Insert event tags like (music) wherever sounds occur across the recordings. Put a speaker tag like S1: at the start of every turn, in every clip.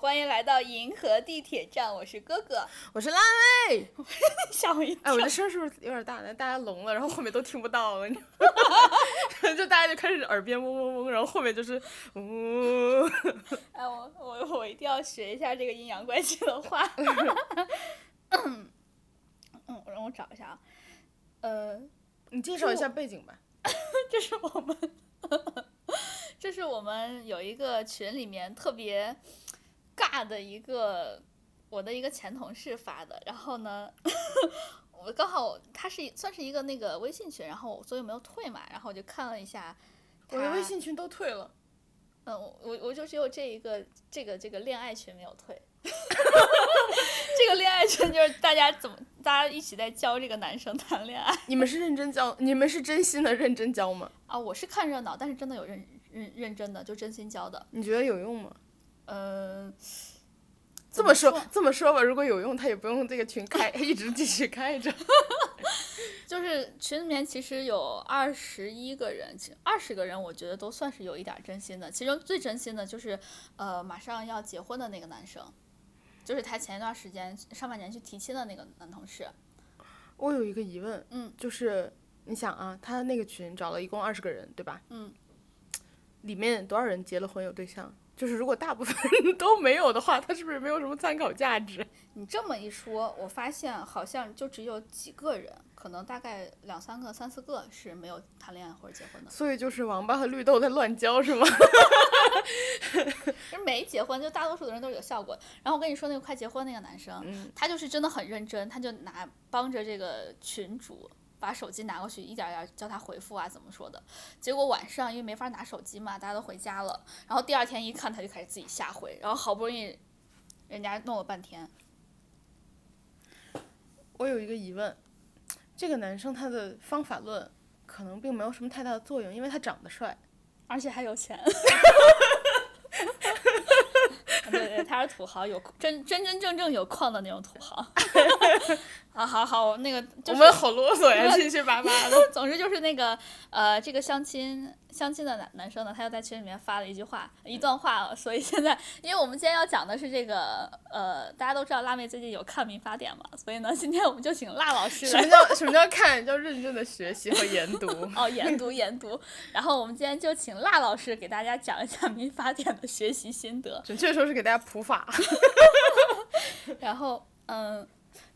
S1: 欢迎来到银河地铁站，我是哥 (laughs) 哥，
S2: 我是辣妹。
S1: 吓我一
S2: 哎，
S1: 跳
S2: 我。这声是不是有点大？大家聋了，然后后面都听不到了，你 (laughs) 就大家就开始耳边嗡嗡嗡，然后后面就是嗡、
S1: (laughs) 哎，我我我一定要学一下这个阴阳怪气的 (laughs) 话。嗯，让我找一下啊。呃，
S2: 你介绍一下背景吧。
S1: 这是我们，这是我们有一个群里面特别尬的一个我的一个前同事发的，然后呢， (laughs) 我刚好他是算是一个那个微信群，然后我所以没有退嘛，然后我就看了一下他，
S2: 我的微信群都退了，
S1: 嗯，我我我就只有这一个这个这个恋爱群没有退， (laughs) 这个恋爱群就是大家怎么大家一起在教这个男生谈恋爱
S2: 你们是认真教，你们是真心的认真教吗？
S1: 啊，我是看热闹，但是真的有认认认真的就真心教的，
S2: 你觉得有用吗？
S1: 嗯、
S2: 这么说这么说吧，如果有用，他也不用这个群开， (laughs) 一直继续开着。
S1: 就是群里面其实有二十一个人，其二十个人我觉得都算是有一点儿真心的。其中最真心的就是，呃，马上要结婚的那个男生，就是他前一段时间上半年去提亲的那个男同事。
S2: 我有一个疑问，
S1: 嗯，
S2: 就是你想啊，他那个群找了一共二十个人，对吧？
S1: 嗯，
S2: 里面多少人结了婚有对象？就是如果大部分人都没有的话，他是不是没有什么参考价值？
S1: 你这么一说，我发现好像就只有几个人，可能大概两三个、三四个是没有谈恋爱或者结婚的，
S2: 所以就是王八和绿豆在乱交是吗？ (laughs)
S1: 就是没结婚，就大多数的人都是有效果。然后我跟你说那个快结婚那个男生，
S2: 嗯
S1: 他就是真的很认真，他就拿帮着这个群主把手机拿过去，一点儿一点儿教他回复啊怎么说的。结果晚上因为没法拿手机嘛，大家都回家了，然后第二天一看他就开始自己瞎回，然后好不容易人家弄了半天，
S2: 我有一个疑问，这个男生他的方法论可能并没有什么太大的作用，因为他长得帅。
S1: 而且还有钱。对对，他是土豪，有真真真正正有矿的那种土豪。 (laughs) 啊，好好，那个就
S2: 我
S1: 是
S2: 们好啰嗦呀，七七
S1: (laughs)
S2: 八八的。
S1: 总之就是那个呃，这个相亲相亲的男男生呢，他又在群里面发了一句话，一段话，啊所以现在因为我们今天要讲的是这个呃，大家都知道辣妹最近有看《民法典》嘛，所以呢，今天我们就请辣老师
S2: 什
S1: 来
S2: 么叫什么叫看？叫认真的学习和研读。 (laughs)
S1: 哦研读研读，然后我们今天就请辣老师给大家讲一下《民法典》的学习心得，
S2: 准确说是给大家普法。
S1: 然后嗯，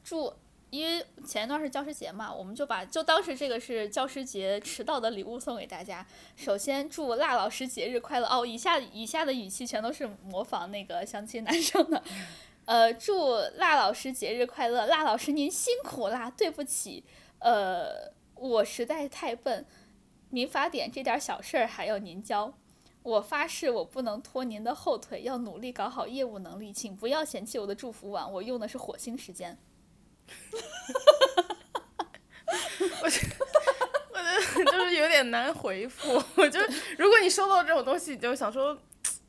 S1: 祝。因为前一段是教师节嘛，我们就把就当时这个是教师节迟到的礼物送给大家。首先祝辣老师节日快乐哦！以下以下的语气全都是模仿那个相亲男生的。 (laughs) 呃，祝辣老师节日快乐，辣老师您辛苦啦，对不起，呃，我实在太笨，民法典这点小事儿还要您教。我发誓，我不能拖您的后腿，要努力搞好业务能力，请不要嫌弃我的祝福网，我用的是火星时间。
S2: 我觉得 (laughs) 就是有点难回复。
S1: (laughs)
S2: 我就如果你收到这种东西，你就想说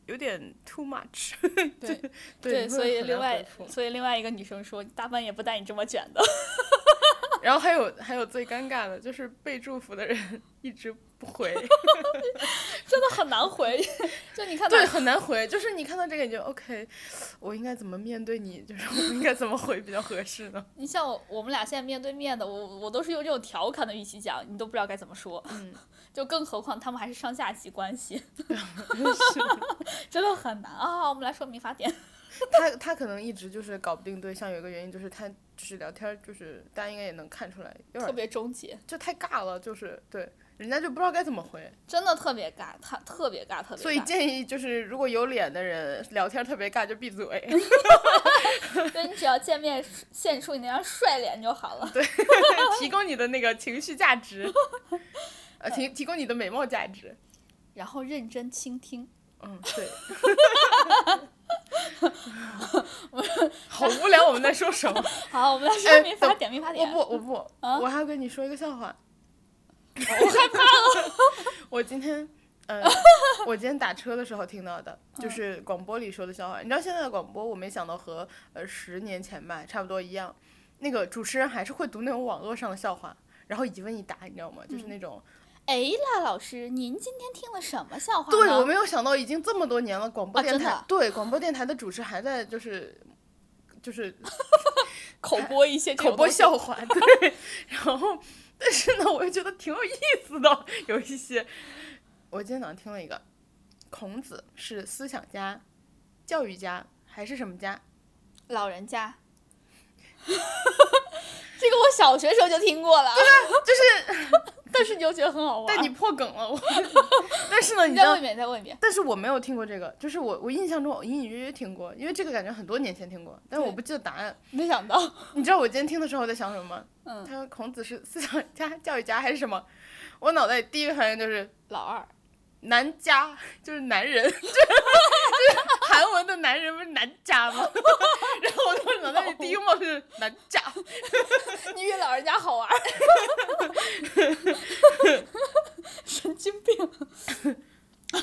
S2: 有点 too much。 (laughs)
S1: 对
S2: 对，
S1: 所以另外，
S2: 所
S1: 所以另外一个女生说，大半夜不带你这么卷的。
S2: 以然后还有还有最尴尬的就是被祝福的人一直
S1: (laughs)
S2: 不回，
S1: 真的很难回。 (laughs) 就你看到
S2: 对，很难回。就是你看到这个你就 OK，我应该怎么面对你？就是我应该怎么回比较合适呢？
S1: 你像我，我们俩现在面对面的，我我都是用这种调侃的语气讲，你都不知道该怎么说，
S2: 嗯，
S1: 就更何况他们还是上下级关
S2: (laughs)
S1: 系，
S2: 是
S1: 真的很难啊！我们来说民法典，
S2: (laughs) 他他可能一直就是搞不定对象，有一个原因就是他就是聊天儿就是大家应该也能看出来，有点
S1: 特别终结，
S2: 就太尬了，就是对，人家就不知道该怎么回。
S1: 真的特别尬，他特别尬，特别尬。
S2: 所以建议就是，如果有脸的人聊天特别尬，就闭嘴。
S1: 对你只要见面现出你那张帅脸就好了。
S2: 提供你的那个情绪价值，呃，提提供你的美貌价值。
S1: 然后认真倾听，
S2: 嗯，对。 (laughs) 好无聊，我们在说什么？
S1: 好，我们来说
S2: 哎
S1: 民法
S2: 等
S1: 典，民法
S2: 我
S1: 典。
S2: 不，我不，
S1: 啊
S2: 我还要跟你说一个笑话。
S1: 我害怕。
S2: (laughs) 我今天，呃，我今天打车的时候听到的，
S1: 嗯
S2: 就是广播里说的笑话。你知道现在的广播，我没想到和呃十年前吧差不多一样，
S1: 嗯
S2: 那个主持人还是会读那种网络上的笑话，然后一问一答，你知道吗？就是那种
S1: 哎，辣老师，您今天听了什么笑话呢？
S2: 对，我没有想到已经这么多年了，广播
S1: 啊
S2: 电
S1: 真
S2: 台、
S1: 的
S2: 对广播电台的主持还在就是就是
S1: 口播一些这种
S2: 口播
S1: 东西
S2: 笑话， (laughs) 对。然后，但是呢，我又觉得挺有意思的，有一些。我今天早上听了一个，孔子是思想家、教育家还是什么家？
S1: 老人家。 (laughs) 这个我小学时候就听过了，就是， (laughs) 但是你又觉得很好玩。
S2: 啊但你破梗了，我。
S1: (laughs)
S2: 但是呢，你
S1: 你
S2: 知
S1: 再问
S2: 道
S1: 一，遍，再问一遍。
S2: 但是我没有听过这个，就是我我印象中我隐隐约约听过，因为这个感觉很多年前听过，但是我
S1: 对
S2: 不记得答案。
S1: 没想到，
S2: 你知道我今天听的时候我在想什么吗？
S1: 嗯
S2: 他说孔子是思想家、教育家还是什么？我脑袋里第一个反应就是
S1: 老二，
S2: 男家 (laughs) 就是男人，就是就是韩文的男人不是男家吗？ (laughs) 然后我当时脑袋里第一个冒出就是男家，
S1: 你比老人家好玩 (laughs) 儿，神经病。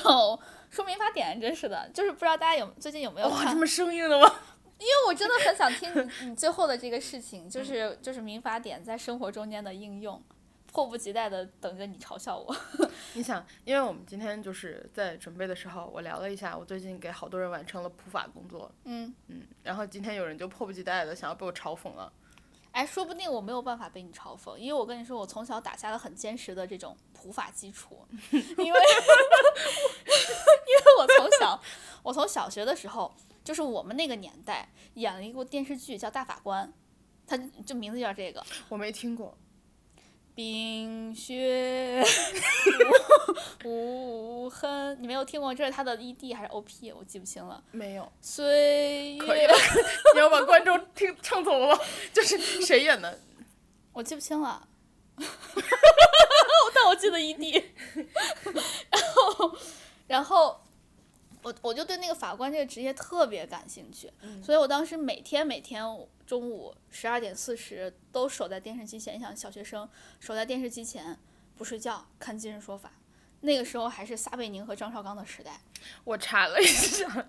S1: 哦，说民法典真是的，就是不知道大家有最近有没有
S2: 哇，
S1: 看
S2: 这么生硬的吗？
S1: 因哦为我真的很想听 (laughs) 你你最后的这个事情，就是就是民法典在生活中间的应用，迫不及待的等着你嘲笑我。
S2: (laughs) 你想，因为我们今天就是在准备的时候，我聊了一下，我最近给好多人完成了普法工作，
S1: 嗯，
S2: 嗯，然后今天有人就迫不及待的想要被我嘲讽了，
S1: 哎，说不定我没有办法被你嘲讽，因为我跟你说，我从小打下了很坚实的这种普法基础，因为因为我从小我从小学的时候，就是我们那个年代演了一部电视剧叫《大法官》，它就名字就叫这个。
S2: 我没听过，
S1: 冰雪无无痕，你没有听过？这是他的 ED 还是 OP？我记不清了。
S2: 没有，
S1: 岁
S2: 可以
S1: 月
S2: (laughs) 吧，？你要把观众听唱走了吗？ (laughs) 就是谁演的？ (laughs)
S1: 我记不清了。 (laughs) 但我记得 ED。然后，然后我我就对那个法官这个职业特别感兴趣，所以我当时每天每天中午十二点四十都守在电视机前，你想小学生守在电视机前不睡觉看《今日说法》，那个时候还是撒贝宁和张绍刚的时代。
S2: 我查了一下，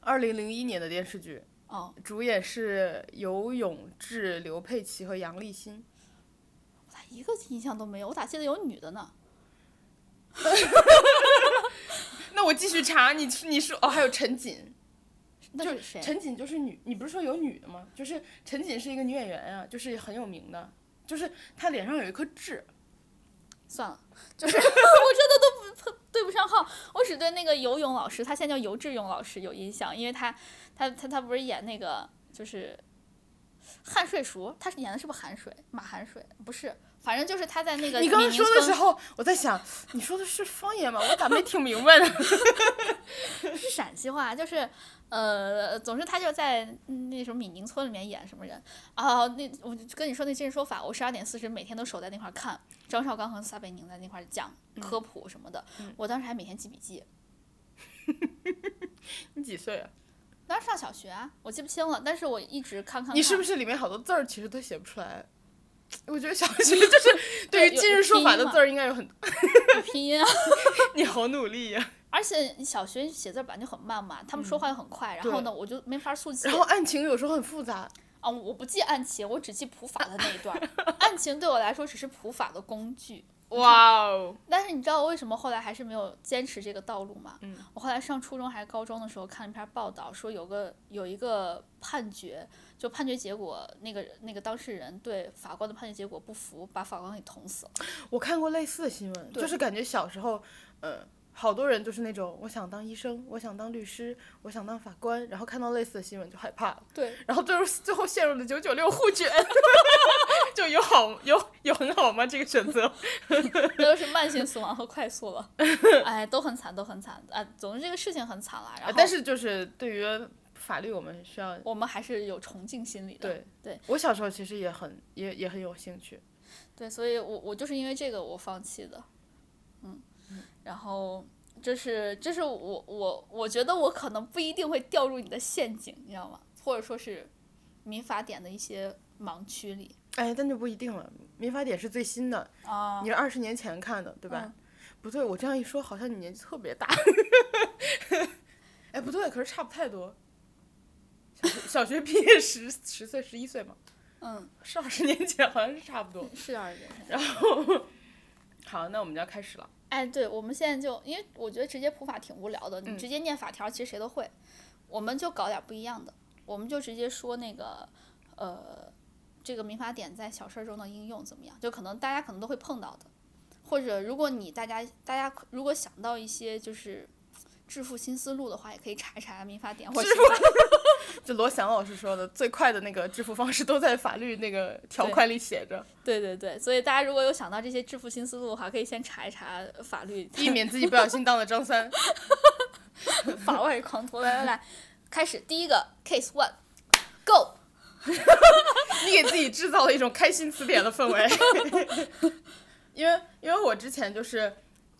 S2: 二零零一年的电视剧。
S1: 哦，
S2: 主演是游泳志、刘佩琦和杨立新。
S1: 我咋一个印象都没有？我咋记得有女的呢？
S2: 那我继续查，你你说哦，还有陈瑾，
S1: 那是谁？啊
S2: 陈瑾就是女，你不是说有女的吗？就是陈瑾是一个女演员啊，就是很有名的，就是她脸上有一颗痣。
S1: 算了，就是 (laughs) 我真的都不对不上号，我只对那个游泳老师，他现在叫游志勇老师有印象，因为他他他他不是演那个就是汉水熟，他是演的是不是韩水马韩水？不是，反正就是他在那个
S2: 你刚刚
S1: 米宁
S2: 说的
S1: 村
S2: 时候，我在想，你说的是方言吗？我咋没听明白呢？ (laughs)
S1: 是陕西话，就是呃，总之他就在那什么米宁村里面演什么人啊、那我就跟你说那真实说法，我十二点四十每天都守在那块儿看张绍刚和撒贝宁在那块儿讲
S2: 嗯
S1: 科普什么的，我当时还每天记笔记。
S2: 你几岁啊？
S1: 当时上小学啊，我记不清了，但是我一直看看看。
S2: 你是不是里面好多字儿其实都写不出来？我觉得小学就是 (laughs) 对于
S1: 有
S2: 今日说法
S1: 拼
S2: 的
S1: 音嘛
S2: 字儿应该有很，
S1: 有拼音啊？ (laughs)
S2: (laughs) 你好努力呀、
S1: 而且小学写字儿本来就很慢嘛，他们
S2: 嗯
S1: 说话又很快，然后呢，我就没法速
S2: (laughs)
S1: 记
S2: 然。后案情有时候很复杂，
S1: 啊，我不记案情，我只记普法的那一段儿。案情对我来说只是普法的工具。
S2: 哇哦！
S1: 但是你知道我为什么后来还是没有坚持这个道路吗？
S2: 嗯
S1: 我后来上初中还是高中的时候看了一篇报道，说有个有一个判决，就判决结果那个那个当事人对法官的判决结果不服，把法官给捅死了。
S2: 我看过类似的新闻，
S1: 对
S2: 就是感觉小时候，嗯、好多人就是那种我想当医生，我想当律师，我想当法官，然后看到类似的新闻就害怕了，
S1: 对，
S2: 然后最后最后陷入了九九六互卷， (laughs) 就有好有有很好吗？这个选择？
S1: 这都是慢性死亡和快速
S2: (laughs)
S1: 了，哎，都很惨，都很惨，啊，总之这个事情很惨啦。然后，
S2: 哎但是就是对于法律，我们需要
S1: 我们还是有崇敬心理的。
S2: 对
S1: 对。
S2: 我小时候其实也很也也很有兴趣，
S1: 对，所以我我就是因为这个我放弃的，嗯，然后这是这是我我我觉得我可能不一定会掉入你的陷阱，你知道吗？或者说是民法典的一些盲区里
S2: 哎，但就不一定了。民法典是最新的，
S1: 啊
S2: 你是二十年前看的，对吧？
S1: 嗯
S2: 不对，我这样一说，好像你年纪特别大。 (laughs) 哎，不对，可是差不太多。小学小学毕业十十岁、十一岁嘛， (laughs)
S1: 嗯，
S2: 是二十年前，好像是差不多。
S1: 是二十年前，
S2: 然后，好，那我们就要开始了。
S1: 哎，对，我们现在就因为我觉得直接普法挺无聊的，你直接念法条其实谁都会，我们就搞点不一样的，我们就直接说那个呃，这个民法典在小事儿中的应用怎么样？就可能大家可能都会碰到的，或者如果你大家大家可如果想到一些就是致富新思路的话，也可以查一查民法典或者
S2: 致
S1: 其他
S2: 就罗翔老师说的，最快的那个致富方式都在法律那个条
S1: 对
S2: 款里写着，
S1: (laughs) 对对对，所以大家如果有想到这些致富新思路的话，可以先查一查法律
S2: 避免自己不小心当了张三。
S1: 法外狂徒。来来来，开始第一个 case one，go。Go!
S2: 你给自己制造了一种开心词典的氛围。
S1: (laughs)
S2: 因为因为我之前就是，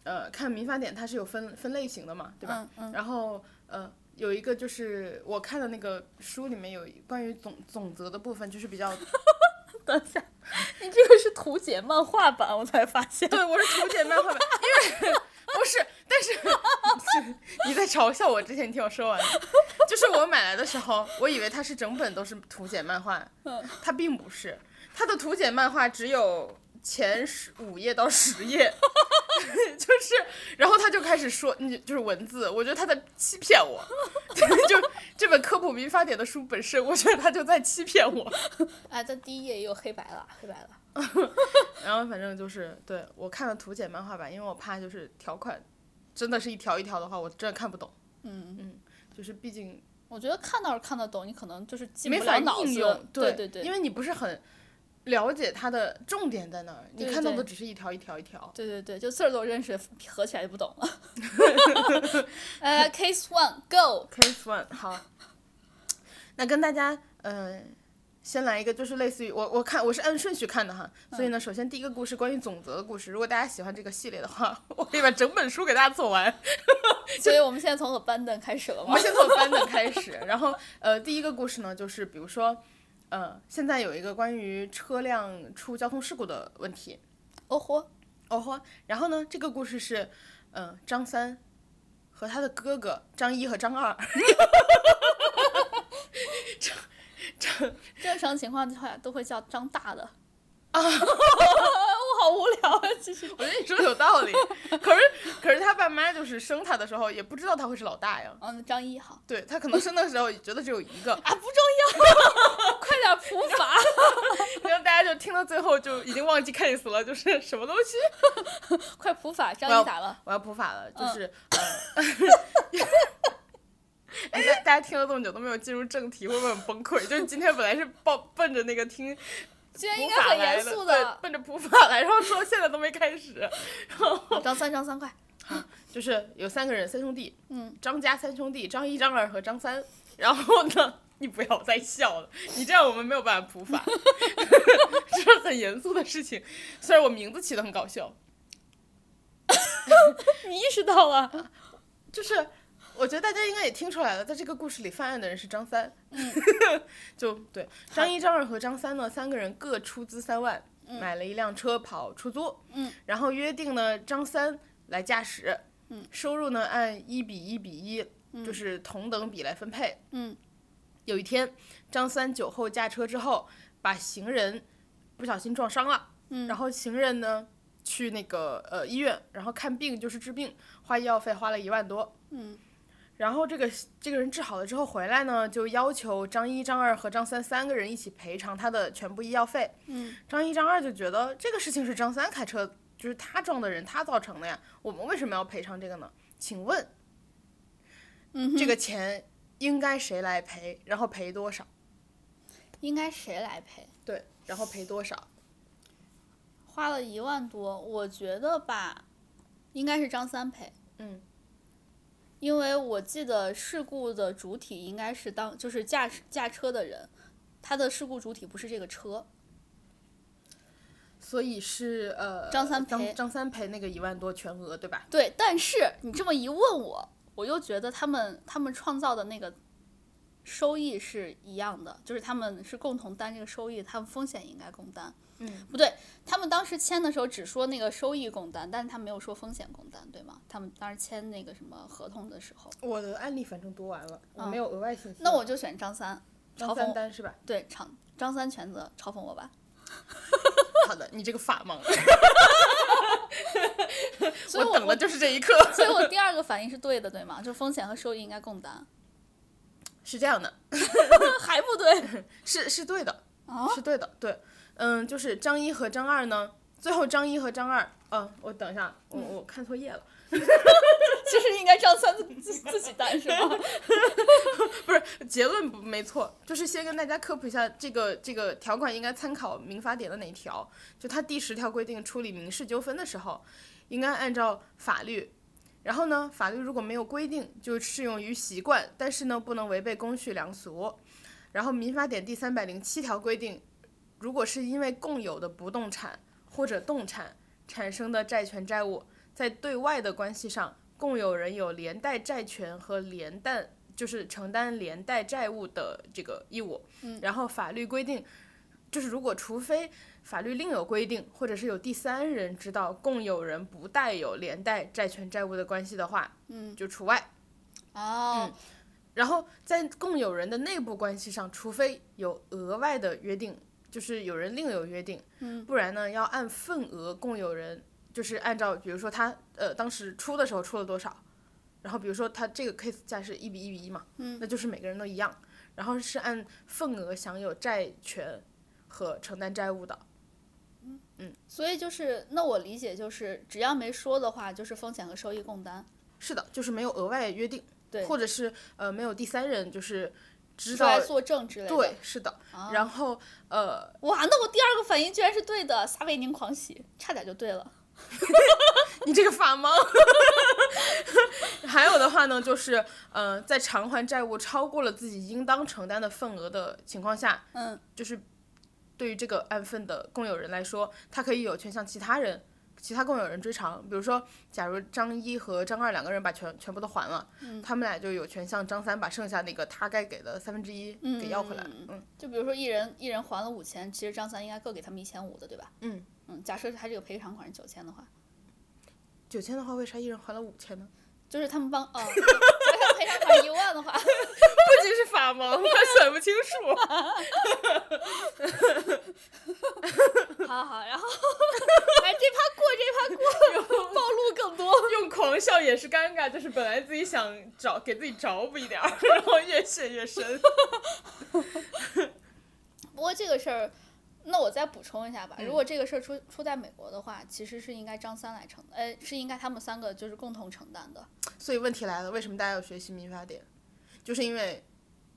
S2: 呃，看民法典它是有分分类型的嘛，对吧？
S1: 嗯嗯
S2: 然后呃，有一个就是我看的那个书里面有关于总总则的部分，就是比较
S1: 等一下， (laughs) 你这个是图解漫画版，我才发现。
S2: 对，我是图解漫画版，因为不是，但是你在嘲笑我之前，你听我说完。就是我买来的时候，我以为它是整本都是图解漫画，它并不是，它的图解漫画只有前十五页到十页， (laughs) 就是，然后他就开始说，你就是文字，我觉得他在欺骗我， (laughs) 就这本科普民法典的书本身，我觉得他就在欺骗我。
S1: 啊，但第一页也有黑白了，黑白了。
S2: 然后反正就是对我看了图解漫画版，因为我怕就是条款真的是一条一条的话，我真的看不懂。
S1: 嗯
S2: 嗯，就是毕竟
S1: 我觉得看倒是看得懂，你可能就是进
S2: 没
S1: 不
S2: 法
S1: 了脑
S2: 应用
S1: 子。，对
S2: 对
S1: 对对，
S2: 因为你不是很了解它的重点在哪儿，你
S1: 对
S2: 看到
S1: 对
S2: 的只是一条一条一条。
S1: 对对对，就字儿都认识，合起来就不懂了。呃，case one
S2: (laughs)
S1: go。
S2: Case one，好，那跟大家嗯、呃先来一个，就是类似于我我看我是按顺序看的哈，
S1: 嗯
S2: 所以呢，首先第一个故事关于总则的故事，如果大家喜欢这个系列的话， (laughs) 我可以把整本书给大家做完。
S1: 所以我们现在从 abandon 开始了
S2: 我
S1: 吗
S2: 们？先从翻的开始，然后呃，第一个故事呢，就是比如说，呃，现在有一个关于车辆出交通事故的问题，
S1: 哦豁，
S2: 哦豁，然后呢，这个故事是，呃，张三和他的哥哥张一和张二，
S1: 正常情况下都会叫张大的。啊， (laughs) 我好无聊啊！继续。
S2: 我觉得你说的 (laughs) 有道理，可是可是他爸妈就是生他的时候也不知道他会是老大呀，
S1: 嗯，张一好
S2: 对他可能生的时候也觉得只有一 (laughs) 个，
S1: 啊，不重要，快点普法。
S2: 然后大家就听到最后就已经忘记 case 了，就是什么东西。
S1: (laughs) 快普法，张
S2: 我要
S1: 一咋了？嗯
S2: 我要普法了，就是、呃 (laughs) 哎，大大家听了这么久都没有进入正题，会不会很崩溃？就是今天本来是抱奔着那个听
S1: 今天
S2: 普
S1: 应该
S2: 法
S1: 很
S2: 来
S1: 严
S2: 的，
S1: 肃
S2: 对，
S1: 的。
S2: 奔着普法来，然后说现在都没开始，
S1: (laughs) 张三，张三，快！
S2: 就是有三个人，三兄弟，
S1: 嗯，
S2: 张家三兄弟，张一、张二和张三，然后呢？你不要再笑了，你这样我们没有办法普法， (laughs) 这是很严肃的事情。虽然我名字起的很搞笑，
S1: 你意识到了？
S2: 就是我觉得大家应该也听出来了，在这个故事里犯案的人是张三，
S1: 嗯
S2: (laughs) 就对张一、张二和张三呢，三个人各出资三万，买了一辆车跑出租，
S1: 嗯，
S2: 然后约定呢，张三来驾驶，
S1: 嗯，
S2: 收入呢按一比一比一、就是同等比来分配。
S1: 嗯
S2: 有一天，张三酒后驾车之后，把行人不小心撞伤了，
S1: 嗯
S2: 然后行人呢去那个呃医院，然后看病就是治病，花医药费花了一万多，
S1: 嗯
S2: 然后这个这个人治好了之后回来呢，就要求张一、张二和张三三个人一起赔偿他的全部医药费。
S1: 嗯
S2: 张一、张二就觉得这个事情是张三开车，就是他撞的人，他造成的呀，我们为什么要赔偿这个呢？请问
S1: 嗯
S2: 这
S1: 哼，
S2: 个钱应该谁来赔？然后赔多少？
S1: (laughs) 应该谁来赔？
S2: 对，然后赔多少？
S1: 花了一万多，我觉得吧，应该是张三赔。
S2: 嗯，
S1: 因为我记得事故的主体应该是当就是驾驶驾车的人，他的事故主体不是这个车。
S2: 所以是呃，
S1: 张三赔
S2: 张张三赔那个一万多全额，对吧？
S1: 对，但是你这么一问我，我又觉得他们他们创造的那个收益是一样的，就是他们是共同担这个收益，他们风险应该共担。
S2: 嗯，
S1: 不对，他们当时签的时候只说那个收益共担，但是他没有说风险共担，对吗？他们当时签那个什么合同的时候，
S2: 我的案例反正读完了，我
S1: 嗯
S2: 没有额外信息。
S1: 那我就选张三，
S2: 张 (laughs)
S1: 嘲
S2: 三
S1: 讽
S2: 单是吧？
S1: 对张张三全责嘲讽我吧。
S2: 好的，你这个法盲。
S1: 所以 (laughs) 我
S2: 等的
S1: 我
S2: 就是这一刻。
S1: 所以我第二个反应是对的，对吗？就风险和收益应该共担，
S2: (laughs) 是这样的，
S1: (laughs) 还不对
S2: 是是对的，
S1: 啊？
S2: 是对的，对，嗯，就是张一和张二呢，最后张一和张二，呃，我等一下，我我看错页了，
S1: (laughs) 就是应该张三自自自己担是吗？
S2: 不是结论不没错，就是先跟大家科普一下这个这个条款应该参考民法典的哪一条？就它第十条规定，处理民事纠纷的时候，应该按照法律。然后呢，法律如果没有规定，就适用于习惯，但是呢，不能违背公序良俗。然后，民法典第三百零七条规定，如果是因为共有的不动产或者动产产生的债权债务，在对外的关系上，共有人有连带债权和连带就是承担连带债务的这个义务。嗯，然后法律规定，就是如果除非法律另有规定，或者是有第三人知道共有人不带有连带债权债务的关系的话，嗯，就除外。
S1: 哦，
S2: 然后在共有人的内部关系上，除非有额外的约定，就是有人另有约定，嗯，不然呢要按份额共有人，就是按照比如说他呃当时出的时候出了多少，然后比如说他这个 case 价是一比一比一嘛，嗯，那就是每个人都一样，然后是按份额享有债权和承担债务的，
S1: 所以就是那我理解就是，只要没说的话，就是风险和收益共担。
S2: 是的，就是没有额外约定，
S1: 对
S2: 或者是呃没有第三人就是知
S1: 出
S2: 道
S1: 来，作证之类的。
S2: 对，哦是的，然后呃
S1: 哇，那我第二个反应居然是对的，撒贝宁狂喜，差点就对了。
S2: 你这个法 (laughs) 盲。还有的话呢，就是呃，在偿还债务超过了自己应当承担的份额的情况下，
S1: 嗯，
S2: 就是对于这个案份的共有人来说，他可以有权向其他人、其他共有人追偿。比如说，假如张一和张二两个人把全全部都还了，他们俩就有权向张三把剩下那个他该给的三分之一给要回来。嗯
S1: 就比如说一人一人还了五千，其实张三应该各给他们一千五的，对吧？
S2: 嗯
S1: 嗯，假设他这个赔偿款是九千的话，
S2: 九千的话，为啥一人还了五千呢？
S1: 就是他们帮哦， (laughs) 对假设他赔偿款一万的
S2: (laughs)
S1: 话，
S2: 不仅是法盲，还算不清楚。
S1: 好好，然后 (laughs) 哎，这 (laughs) 趴过这趴过，暴露更多。
S2: (laughs) 用狂笑也是尴尬，就是本来自己想找给自己找补一点儿，然后越陷越深。
S1: 不过这个事儿，那我再补充一下吧。如果这个事儿出出在美国的话，其实是应该张三来承，呃，是应该他们三个就是共同承担的。
S2: 所以问题来了，为什么大家要学习民法典？就是因为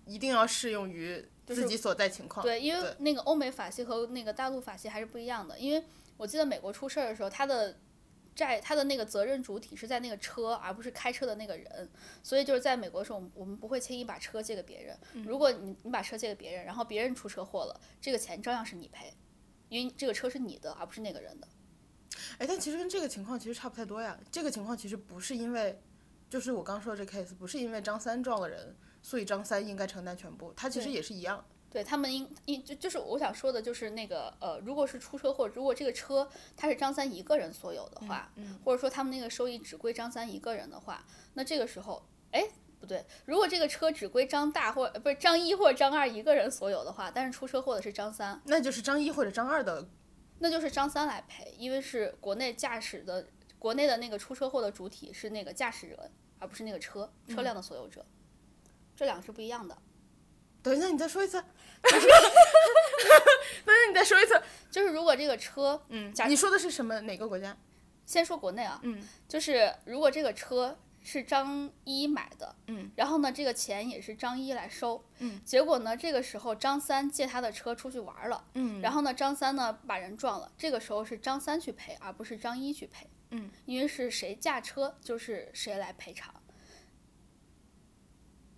S2: 一定要适用于
S1: 就是
S2: 自己所在情况。
S1: 对，因为
S2: 对
S1: 那个欧美法系和那个大陆法系还是不一样的。因为我记得美国出事儿的时候，他的债他的那个责任主体是在那个车，而不是开车的那个人。所以就是在美国的时候，我们我们不会轻易把车借给别人。如果你你把车借给别人，然后别人出车祸了，这个钱照样是你赔，因为这个车是你的，而不是那个人的。
S2: 哎，但其实跟这个情况其实差不太多呀。这个情况其实不是因为，就是我刚说的这 case，不是因为张三撞了人，所以张三应该承担全部，他其实
S1: 对
S2: 也是一样。
S1: 对他们应应就就是我想说的，就是那个呃，如果是出车祸，如果这个车它是张三一个人所有的话，或者说他们那个收益只归张三一个人的话，那这个时候，哎，不对，如果这个车只归张大或呃不是张一或者张二一个人所有的话，但是出车祸的是张三，
S2: 那就是张一或者张二的
S1: 那就是张三来赔，因为是国内驾驶的国内的那个出车祸的主体是那个驾驶人，而不是那个车车辆的所有者，这两个是不一样的。
S2: 等一下，你再说一次。等一下，你再说一次。
S1: 就是如果这个车，
S2: 嗯
S1: 假，
S2: 你说的是什么？哪个国家？
S1: 先说国内啊，
S2: 嗯，
S1: 就是如果这个车是张一买的，
S2: 嗯，
S1: 然后呢，这个钱也是张一来收，
S2: 嗯，
S1: 结果呢，这个时候张三借他的车出去玩了，
S2: 嗯
S1: 然后呢，张三呢把人撞了，这个时候是张三去赔，而不是张一去赔，
S2: 嗯，
S1: 因为是谁驾车就是谁来赔偿，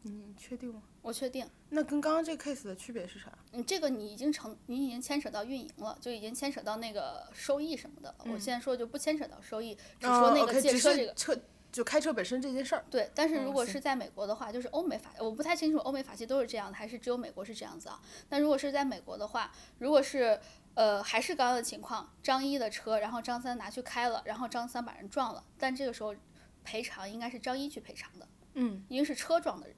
S2: 你嗯确定吗？
S1: 我确定。
S2: 那跟刚刚这个 case 的区别是啥？
S1: 嗯，这个你已经成，你已经牵扯到运营了，就已经牵扯到那个收益什么的了。我现在说就不牵扯到收益，只说那
S2: 嗯哦
S1: 个
S2: ，OK，
S1: 借
S2: 只
S1: 车
S2: 是
S1: 这个。
S2: 车就开车本身这件事儿，
S1: 对，但是
S2: 嗯
S1: 如果
S2: 行
S1: 是在美国的话，就是欧美法，我不太清楚欧美法系都是这样的，还是只有美国是这样子啊？那如果是在美国的话，如果是呃还是刚刚的情况，张一的车，然后张三拿去开了，然后张三把人撞了，但这个时候赔偿应该是张一去赔偿的，
S2: 嗯，
S1: 因为是车撞的人，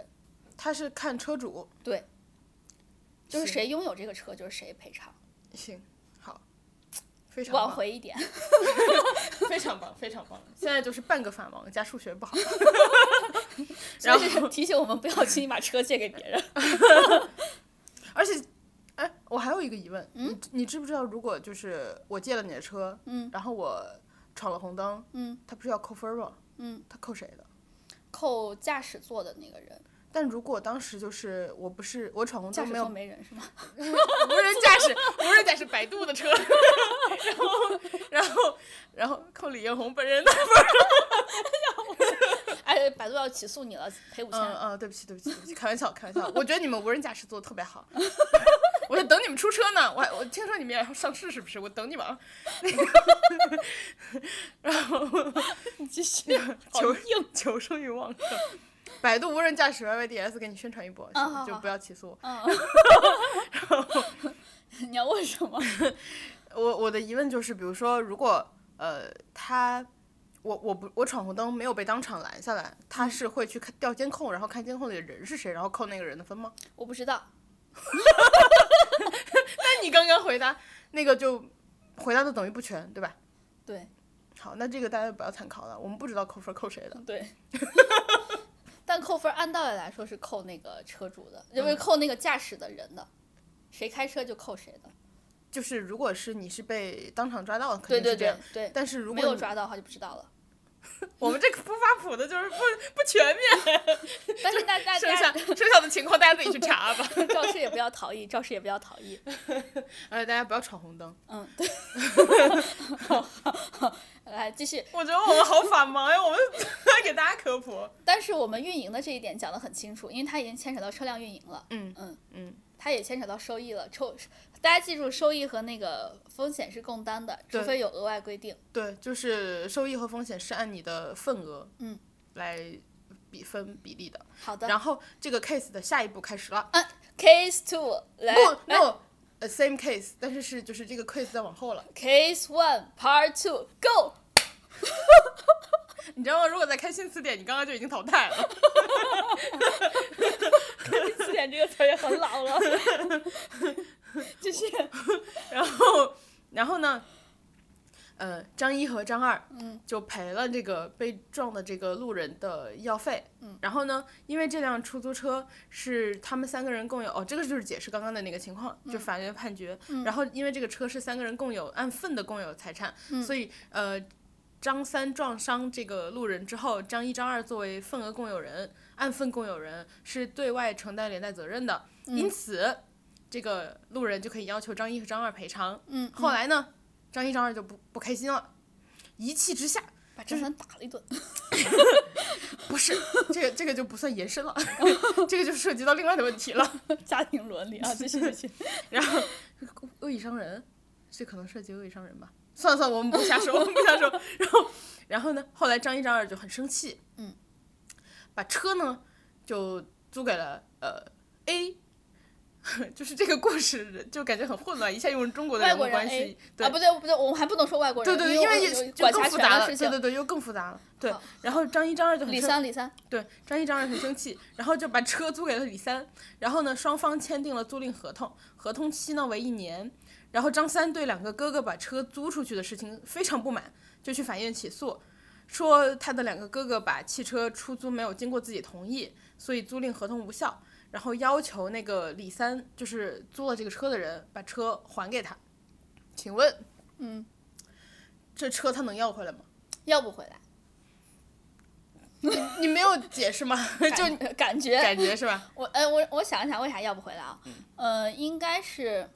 S2: 他是看车主。
S1: 对，就是
S2: 行
S1: 谁拥有这个车就是谁赔偿。
S2: 行，好，非常
S1: 挽
S2: 棒，
S1: 回一点。
S2: 非常棒，非常棒。现在就是半个法盲加数学不好， (laughs) 然
S1: 所以是提醒我们不要轻易把车借给别人。
S2: (laughs) 而且，哎，我还有一个疑问，你你知不知道，如果就是我借了你的车，
S1: 嗯，
S2: 然后我闯了红灯，
S1: 嗯，
S2: 他不是要扣分儿吗？
S1: 嗯，
S2: 他扣谁的？
S1: 扣驾驶座的那个人，
S2: 但如果当时就是我不是我闯红
S1: 驾
S2: 灯
S1: 驶
S2: 没有
S1: 座没人是吗？ (laughs)
S2: (laughs) 无人驾驶，无人驾驶百度的车， (laughs) 然后然后然后扣李彦宏本人的，
S1: 哎，百度要起诉你了，赔五千。
S2: 嗯 (laughs) 嗯，对不起对不起对不起，开玩笑开玩笑，我觉得你们无人驾驶做的特别 (laughs) 好，我在等你们出车呢，我还我听说你们也要上市是不是？我等你们啊，然后
S1: 你继续， (laughs) 好
S2: 求
S1: 硬。
S2: 求生欲旺盛。百度无人驾驶 YYDS 给你宣传一波，
S1: 嗯好
S2: 就
S1: 好
S2: 不要起诉我。
S1: 嗯， (laughs) 你要问
S2: (laughs)
S1: 什么？
S2: 我我的疑问就是，比如说，如果呃他，我我不我闯红灯没有被当场拦下来，他是会去看调监控，然后看监控里的人是谁，然后扣那个人的分吗？
S1: 我不知道，
S2: 那你刚刚回答那个就回答的等于不全，对吧？
S1: 对
S2: 好，那这个大家不要参考了，我们不知道扣分扣谁的。
S1: 嗯
S2: (laughs)
S1: 对。但扣分按道理来说是扣那个车主的，
S2: 嗯
S1: 就是扣那个驾驶的人的，谁开车就扣谁的。
S2: 就是如果是你是被当场抓到的，肯
S1: 对对
S2: 定是这样。
S1: 对对，
S2: 但是如
S1: 没
S2: 果
S1: 有
S2: 你
S1: 抓到的话就不知道
S2: (laughs)
S1: 了。
S2: 我们这个不发谱的，就是不不全面。
S1: 但是大大
S2: 剩下
S1: 家
S2: 剩下的情况大家自己去查 (laughs) 吧。
S1: (laughs) 肇事也不要逃逸，肇事也不要逃逸。 (laughs)
S2: 呃，大家不要闯红灯。
S1: 嗯，对。来哎继续，
S2: 我觉得我们好反盲呀，我们 (laughs) 给大家科普。
S1: 但是我们运营的这一点讲得很清楚，因为它已经牵扯到车辆运营了，
S2: 嗯
S1: 嗯
S2: 嗯，
S1: 它也牵扯到收益了。抽，大家记住，收益和那个风险是共担的，除
S2: 对
S1: 非有额外规定。
S2: 对，就是收益和风险是按你的份额
S1: 嗯
S2: 来比分比例的。
S1: 好的呃
S2: 然后这个 case 的下一步开始了。哦
S1: ，Case Two 来
S2: No no，呃 same case，但是是就是这个 case 再往后了。
S1: ，Case One Part Two (laughs) Go。
S2: 你知道吗？如果再开新词典，你刚刚就已经淘汰了。
S1: 四点这个词儿也很老了， (laughs) 就是
S2: 然后，然后呢，呃，张一和张二，
S1: 嗯，
S2: 就赔了这个被撞的这个路人的医药费，
S1: 嗯，
S2: 然后呢，因为这辆出租车是他们三个人共有，哦，这个就是解释刚刚的那个情况，
S1: 嗯
S2: 就法院判决，然后因为这个车是三个人共有，按份的共有财产，
S1: 嗯
S2: 所以呃。张三撞伤这个路人之后，张一、张二作为份额共有人、按份共有人是对外承担连带责任的，
S1: 嗯
S2: 因此这个路人就可以要求张一和张二赔偿。
S1: 嗯，
S2: 后来呢，张一、张二就不不开心了，一气之下，
S1: 把张三打了一顿。
S2: 不是这个这个就不算延 (laughs) 伸了，这个就涉及到另外的问题了，
S1: 家庭伦理啊，继续继续。
S2: 恶意伤人，这可能涉及恶意伤人吧？算了算了，我们不瞎 (laughs) 说，我们不瞎说。然后然后呢，后来张一、张二就很生气，
S1: 嗯，
S2: 把车呢就租给了呃 A。就是这个故事就感觉很混乱，一下用中国的
S1: 外
S2: 人物
S1: 国人
S2: 关
S1: A
S2: 系， (laughs) 对
S1: 啊，不对不对，我们还不能说外国人，
S2: 对对，
S1: 因
S2: 因
S1: 有
S2: 为也
S1: 有
S2: 就
S1: 管
S2: 更
S1: 辖
S2: 复
S1: 权
S2: 杂
S1: 的
S2: 了，
S1: 事
S2: 对
S1: 情。
S2: 对对，又更复杂了。对
S1: 好，
S2: 然后张一、张二就很
S1: 李
S2: 生
S1: 三，李三，
S2: 对，张一、张二很生气，然后就把车租给了李三，然后呢，双方签订了租赁合同，合同期呢为一年。然后张三对两个哥哥把车租出去的事情非常不满，就去法院起诉，说他的两个哥哥把汽车出租没有经过自己同意，所以租赁合同无效。然后要求那个李三，就是租了这个车的人，把车还给他。请问
S1: 嗯，
S2: 这车他能要回来吗？
S1: 要不回来，
S2: 你没有解释吗？ (laughs) (laughs) 就
S1: 感感觉
S2: 感觉是吧？
S1: 我呃我我想一想，为啥要不回来啊？
S2: 嗯
S1: 呃，应该是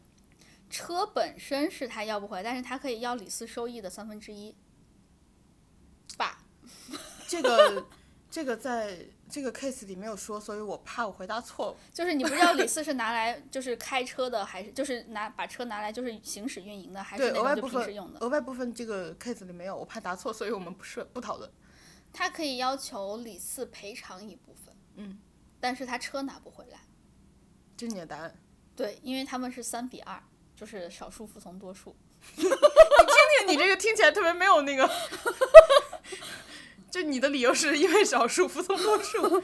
S1: 车本身是他要不回来，但是他可以要李四收益的三分之一，吧？
S2: 这个这个在这个 case 里没有说，所以我怕我回答错误。
S1: 就是你不知道李四是拿来就是开车的，还是就是拿把车拿来就是行驶运营的，还
S2: 对，
S1: 是
S2: 额
S1: 那
S2: 外
S1: 种
S2: 部
S1: 就平时用
S2: 分
S1: 的？
S2: 额外部分这个 case 里没有，我怕答错，所以我们不是不讨论。
S1: 他可以要求李四赔偿一部分，
S2: 嗯，
S1: 但是他车拿不回来。
S2: 这是你的答案，
S1: 对，因为他们是三比二，就是少数服从多数。
S2: 你这个听起来特别没有那 (laughs) 个，就你的理由是因为少数服从多数，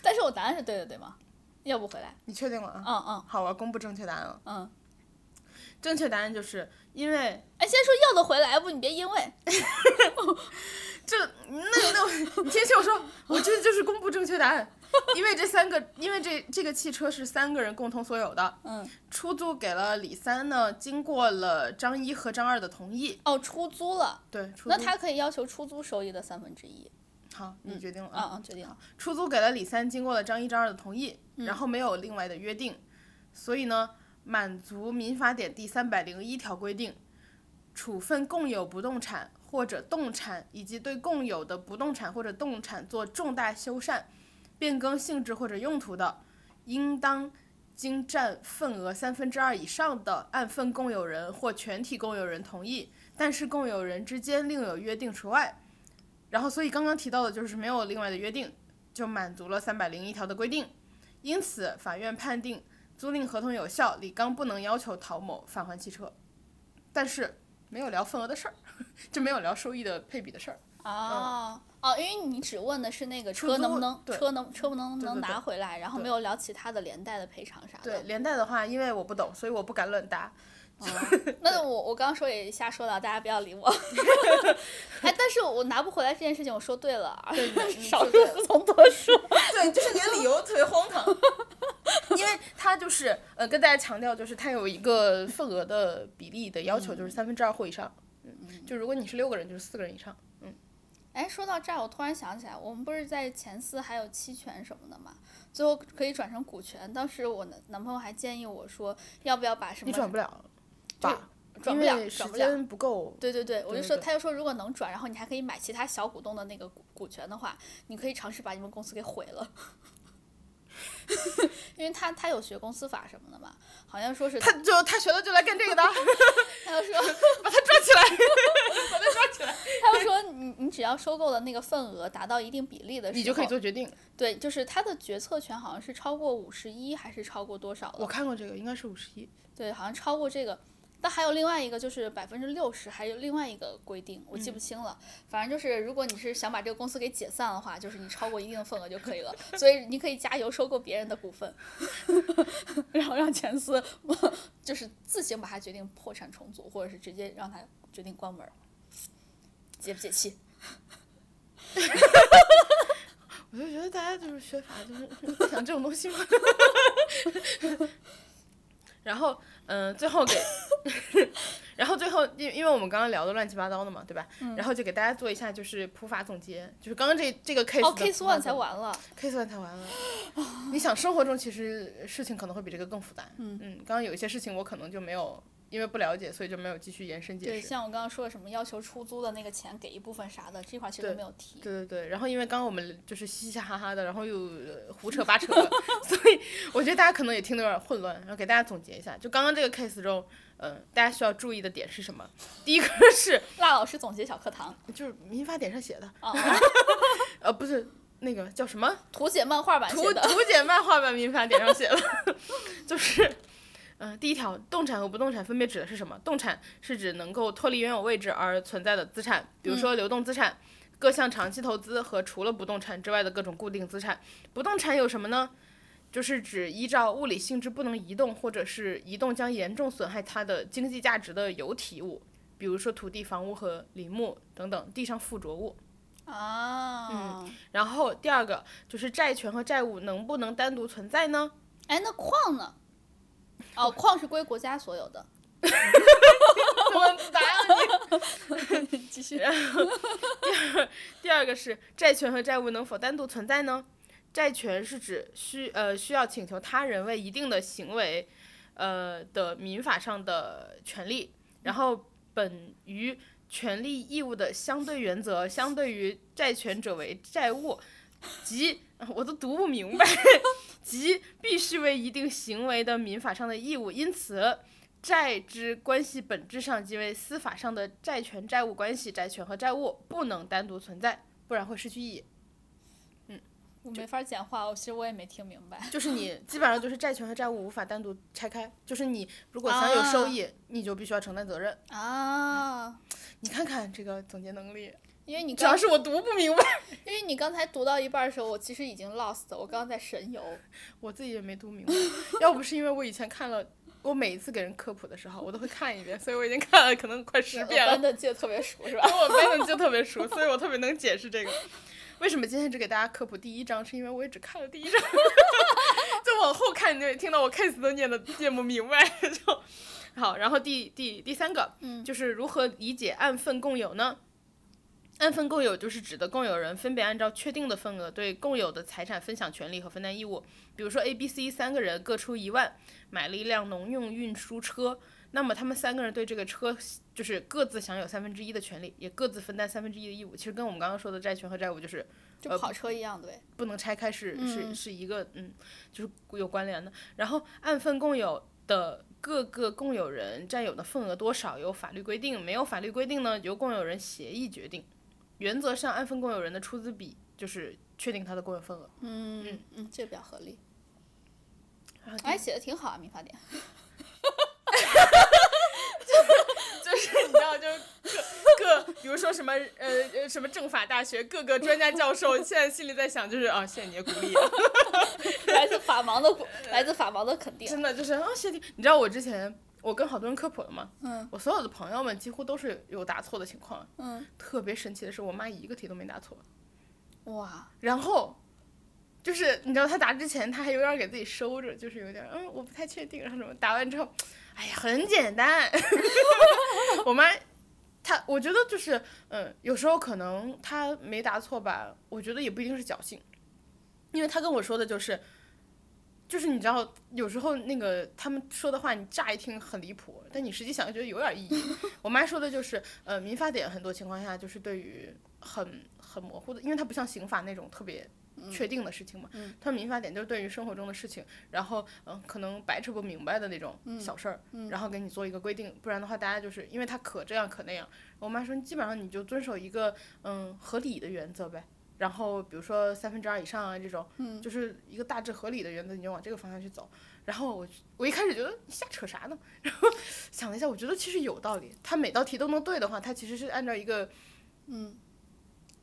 S1: 但是我答案是对的，对吗？要不回来？
S2: 你确定了啊？
S1: 嗯嗯
S2: 好，我要公布正确答案了。
S1: 嗯，
S2: 正确答案就是因为
S1: 哎，先说要得回来不？你别因为
S2: 这那那，你先听我说，我这就是公布正确答案，因为这三个，因为这这个汽车是三个人共同所有的，
S1: 嗯，
S2: 出租给了李三呢，经过了张一和张二的同意，
S1: 哦，出租了，
S2: 对，出租
S1: 那他可以要求出租收益的三分之一。
S2: 好，你决定了啊。
S1: 嗯嗯，决定了。
S2: 出租给了李三，经过了张一、张二的同意，然后没有另外的约定，所以呢，满足民法典第三百零一条规定，处分共有不动产或者动产，以及对共有的不动产或者动产做重大修缮、变更性质或者用途的，应当经占份额三分之二以上的按份共有人或全体共有人同意，但是共有人之间另有约定除外。然后，所以刚刚提到的就是没有另外的约定，就满足了三百零一条的规定，因此法院判定租赁合同有效，李刚不能要求陶某返还汽车，但是没有聊份额的事儿， (laughs) 就没有聊收益的配比的事儿。
S1: 哦、哦，因为你只问的是那个
S2: 出
S1: 车
S2: 嗯租
S1: 能不能
S2: 对
S1: 车能车不能
S2: 对
S1: 能
S2: 对对
S1: 拿回来，然后
S2: 对
S1: 没有聊其他的连带的赔偿啥
S2: 对，
S1: 的。
S2: 连带的话，因为我不懂，所以我不敢乱答。
S1: (laughs) 那我我刚说也瞎说了，大家不要理
S2: (laughs)
S1: 我。哎，但是我拿不回来这件事情，我说对了啊， (laughs) 少数服从多
S2: (laughs)
S1: 数。
S2: (laughs) 对，就是你的理由特别荒唐，因为他就是呃，跟大家强调，就是他有一个份额的比例的要求，就是三分之二或以上。嗯，就如果你是六个人，就是四个人以上。
S1: 哎，说到这儿，我突然想起来，我们不是在前四还有期权什么的嘛，最后可以转成股权。当时我男男朋友还建议我说，要不要把什
S2: 你
S1: 么
S2: 转不了，吧？
S1: 转不
S2: 因
S1: 了，
S2: 为时
S1: 转不了。
S2: 间不够。
S1: 对对对，我
S2: 对
S1: 就
S2: 对
S1: 说，
S2: 对
S1: 他就说，如果能转，然后你还可以买其他小股东的那个股股权的话，你可以尝试把你们公司给毁了， (laughs) 因为他他有学公司法什么的嘛，好像说是
S2: 他就他学了就来干
S1: (laughs)
S2: 这个的，
S1: 他又说
S2: (laughs) 把他抓起
S1: (laughs)
S2: 来，把他抓起来，
S1: 他又说你你只要收购的那个份额达到一定比例的时候，
S2: 你就可以做决定。
S1: 对，就是他的决策权好像是超过五十一还是超过多少
S2: 我
S1: 了？
S2: 看过这个，应该是五十一。
S1: 对，好像超过这个。但还有另外一个就是百分之六十，还有另外一个规定，我
S2: 嗯
S1: 记不清了。反正就是，如果你是想把这个公司给解散的话，就是你超过一定的份额就可以了。所以你可以加油收购别人的股份， (laughs) 然后让前司 (laughs) 就是自行把它决定破产重组，或者是直接让他决定关门儿，解不解气？
S2: 我就觉得大家就是学法，就是 (laughs) 想这种东西吗？然后，嗯、最后给， (laughs) 然后最后，因因为我们刚刚聊的乱七八糟的嘛，对吧？然后就给大家做一下就是普法总结，就是刚刚这这个 case
S1: 哦
S2: 的
S1: ，case
S2: 普法
S1: one 才
S2: 总
S1: 完了。
S2: K 算才完了。你想，生活中其实事情可能会比这个更复杂。嗯刚刚有一些事情我可能就没有，因为不了解，所以就没有继续延伸解
S1: 对，
S2: 释。
S1: 像我刚刚说的什么要求出租的那个钱给一部分啥的，这块儿其实都没有提。
S2: 对对对，然后因为刚刚我们就是嘻嘻哈哈的，然后又呃胡扯八扯， (laughs) 所以我觉得大家可能也听得有点混乱。然后给大家总结一下，就刚刚这个 case 中，嗯、大家需要注意的点是什么？第一个是，
S1: 辣老师总结小课堂
S2: 就是民法典上写的， (laughs)
S1: 啊，
S2: 呃，不是那个叫什么？
S1: 图解漫画版
S2: 图
S1: 写的，
S2: 图解漫画版民法典上写了， (laughs) 就是，嗯、第一条，动产和不动产分别指的是什么？动产是指能够脱离原有位置而存在的资产，比如
S1: 嗯
S2: 说流动资产、各项长期投资和除了不动产之外的各种固定资产。不动产有什么呢？就是指依照物理性质不能移动，或者是移动将严重损害它的经济价值的有体物，比如说土地、房屋和林木等等地上附着物。
S1: 啊。
S2: 然后第二个就是债权和债务能不能单独存在呢？
S1: 哎，那矿呢？哦，矿是归国家所 (laughs) 有的。
S2: 怎么答案你？
S1: (laughs) 继续。
S2: 第二个是债权和债务能否单独存在呢？债权是指需呃需要请求他人为一定的行为，呃的民法上的权利，然后本于权利义务的相对原则，相对于债权者为债务，即我都读不明白， (laughs) 即必须为一定行为的民法上的义务，因此。债之关系本质上即为司法上的债权债务关系，债权和债务不能单独存在，不然会失去意义。
S1: 我没法讲话，我其实我也没听明白。
S2: 就是你基本上就是债权和债务无法单独拆开，就是你如果想有收益，你就必须要承担责任。
S1: 啊，
S2: 你看看这个总结能力，
S1: 因为你
S2: 主要
S1: 刚，
S2: 是我读不明白，
S1: 因为你刚才读到一半儿的时候，我其实已经 lost，了我刚刚在神游。
S2: 我自己也没读明白，要不是因为我以前看了我每一次给人科普的时候，我都会看一遍，所以我已经看了可能快十
S1: 我
S2: 遍了
S1: 班。的记得特别呃熟，是吧？
S2: 我背的就特别熟，所以我特别能解释这个。 (laughs) 为什么今天只给大家科普第一章？是因为我也只看了第一章， (laughs) 就往后看你就会听到我 case 都念的念不明白。就好，然后第第第三个，
S1: 嗯
S2: 就是如何理解按份共有呢？按份共有就是指的共有人分别按照确定的份额对共有的财产分享权利和分担义务。比如说 A、B、C 三个人各出一万，买了一辆农用运输车，那么他们三个人对这个车就是各自享有三分之一的权利，也各自分担三分之一的义务。其实跟我们刚刚说的债权和债务就是
S1: 就跑车一样，对。
S2: 不能拆开是，是
S1: 嗯
S2: 是一个嗯，就是有关联的。然后按份共有的各个共有人占有的份额多少有法律规定，没有法律规定呢，由共有人协议决定。原则上，按份共有人的出资比就是确定他的共有份额。
S1: 嗯嗯，这比较合理。
S2: 然后第
S1: 哎，写的挺好啊，民法典。
S2: (laughs)
S1: (laughs)
S2: 就是你知道，就各各，比如说什么呃呃什么政法大学各个专家教授，现在心里在想就是啊，谢谢你的鼓励、
S1: 来自法盲的鼓，来自法盲的肯定。
S2: 真的就是啊，谢谢你。你知道我之前我跟好多人科普了吗？
S1: 嗯
S2: 我所有的朋友们几乎都是有答错的情况，
S1: 嗯，
S2: 特别神奇的是我妈一个题都没答错，
S1: 哇，
S2: 然后。就是你知道她答之前，她还有点给自己收着，就是有点嗯，我不太确定，然后什么答完之后，哎呀，很简单。 (laughs) 我妈，她我觉得就是嗯，有时候可能她没答错吧，我觉得也不一定是侥幸，因为她跟我说的就是，就是你知道有时候那个他们说的话，你乍一听很离谱，但你实际想又觉得有点意义。 (laughs) 我妈说的就是，呃，民法典很多情况下就是对于很很模糊的，因为它不像刑法那种特别确定的事情嘛，
S1: 嗯
S2: 它民法典就是对于生活中的事情，然后嗯、呃可能白扯不明白的那种
S1: 嗯
S2: 小事儿，然后给你做一个规定，不然的话大家就是因为它可这样可那样。我妈说，基本上你就遵守一个嗯合理的原则呗。然后比如说三分之二以上啊这种，
S1: 嗯
S2: 就是一个大致合理的原则，你就往这个方向去走。然后我我一开始觉得你瞎扯啥呢， (laughs) 然后想了一下，我觉得其实有道理。他每道题都能对的话，他其实是按照一个
S1: 嗯，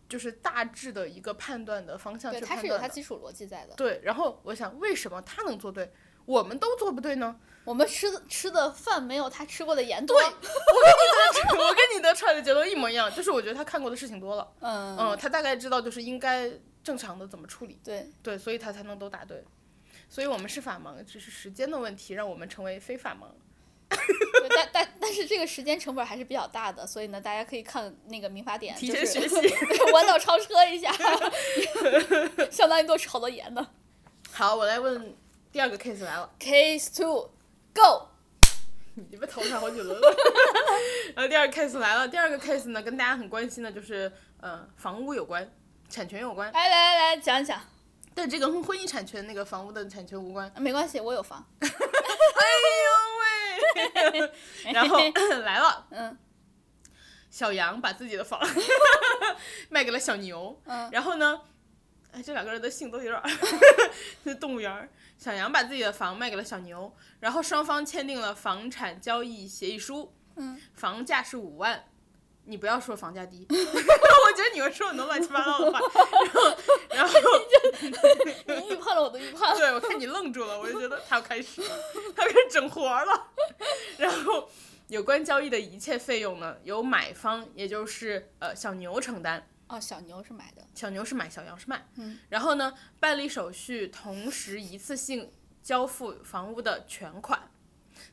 S2: 就是大致的一个判断的方向
S1: 对，
S2: 去
S1: 它
S2: 判
S1: 是有
S2: 断
S1: 它
S2: 的。
S1: 基础逻辑在的。
S2: 对，然后我想，为什么他能做对，我们都做不对呢？ (laughs)
S1: 我们吃的吃的饭没有他吃过的盐多。
S2: 我跟你得出来的结论一模一样，就是我觉得他看过的事情多了，
S1: 嗯
S2: 嗯，他大概知道就是应该正常的怎么处理，
S1: 对，
S2: 对，所以他才能都答对。所以我们是法盲，只是时间的问题，让我们成为非法盲。
S1: (laughs) 对但但但是这个时间成本还是比较大的，所以呢，大家可以看那个民法典，
S2: 提
S1: 就
S2: 前
S1: 是
S2: 学习，
S1: (laughs) 弯道超车
S2: (laughs)
S1: 一下，相当于多吃好多盐呢。
S2: 好，我来问第二个 case 来了。
S1: Case two go，
S2: (laughs) 你被投上好几轮了。 (laughs) 然后第二个 case 来了，第二个 case 呢，跟大家很关心的就是呃房屋有关，产权有关，
S1: 来来来讲一讲，
S2: 但这个跟婚姻产权那个房屋的产权无关。
S1: 没关系，我有房。
S2: 哎呦喂！然
S1: (laughs)
S2: 后来了，
S1: 嗯
S2: 小羊把自己
S1: (laughs)
S2: 的房卖给了小牛，
S1: 嗯
S2: 然后呢？哎，这两个人的姓都有
S1: (laughs)
S2: 点儿，是动物园儿。小羊把自己的房卖给了小牛，然后双方签订了房产交易协议书。
S1: 嗯，
S2: 房价是五万，你不要说房
S1: (laughs)
S2: 价低， (laughs) 我觉得你会说很多乱七八糟的话，然后然后
S1: 你预判了我的预判。
S2: 对我看你愣住了，我就觉得他要开始了，他要开始整活儿了， (laughs) 然后有关交易的一切费用呢，由买方也就是呃小牛承担。
S1: 哦，小牛是买的，
S2: 小牛是买，小羊是卖。
S1: 嗯，
S2: 然后呢，办理手续，同时一次性交付房屋的全款。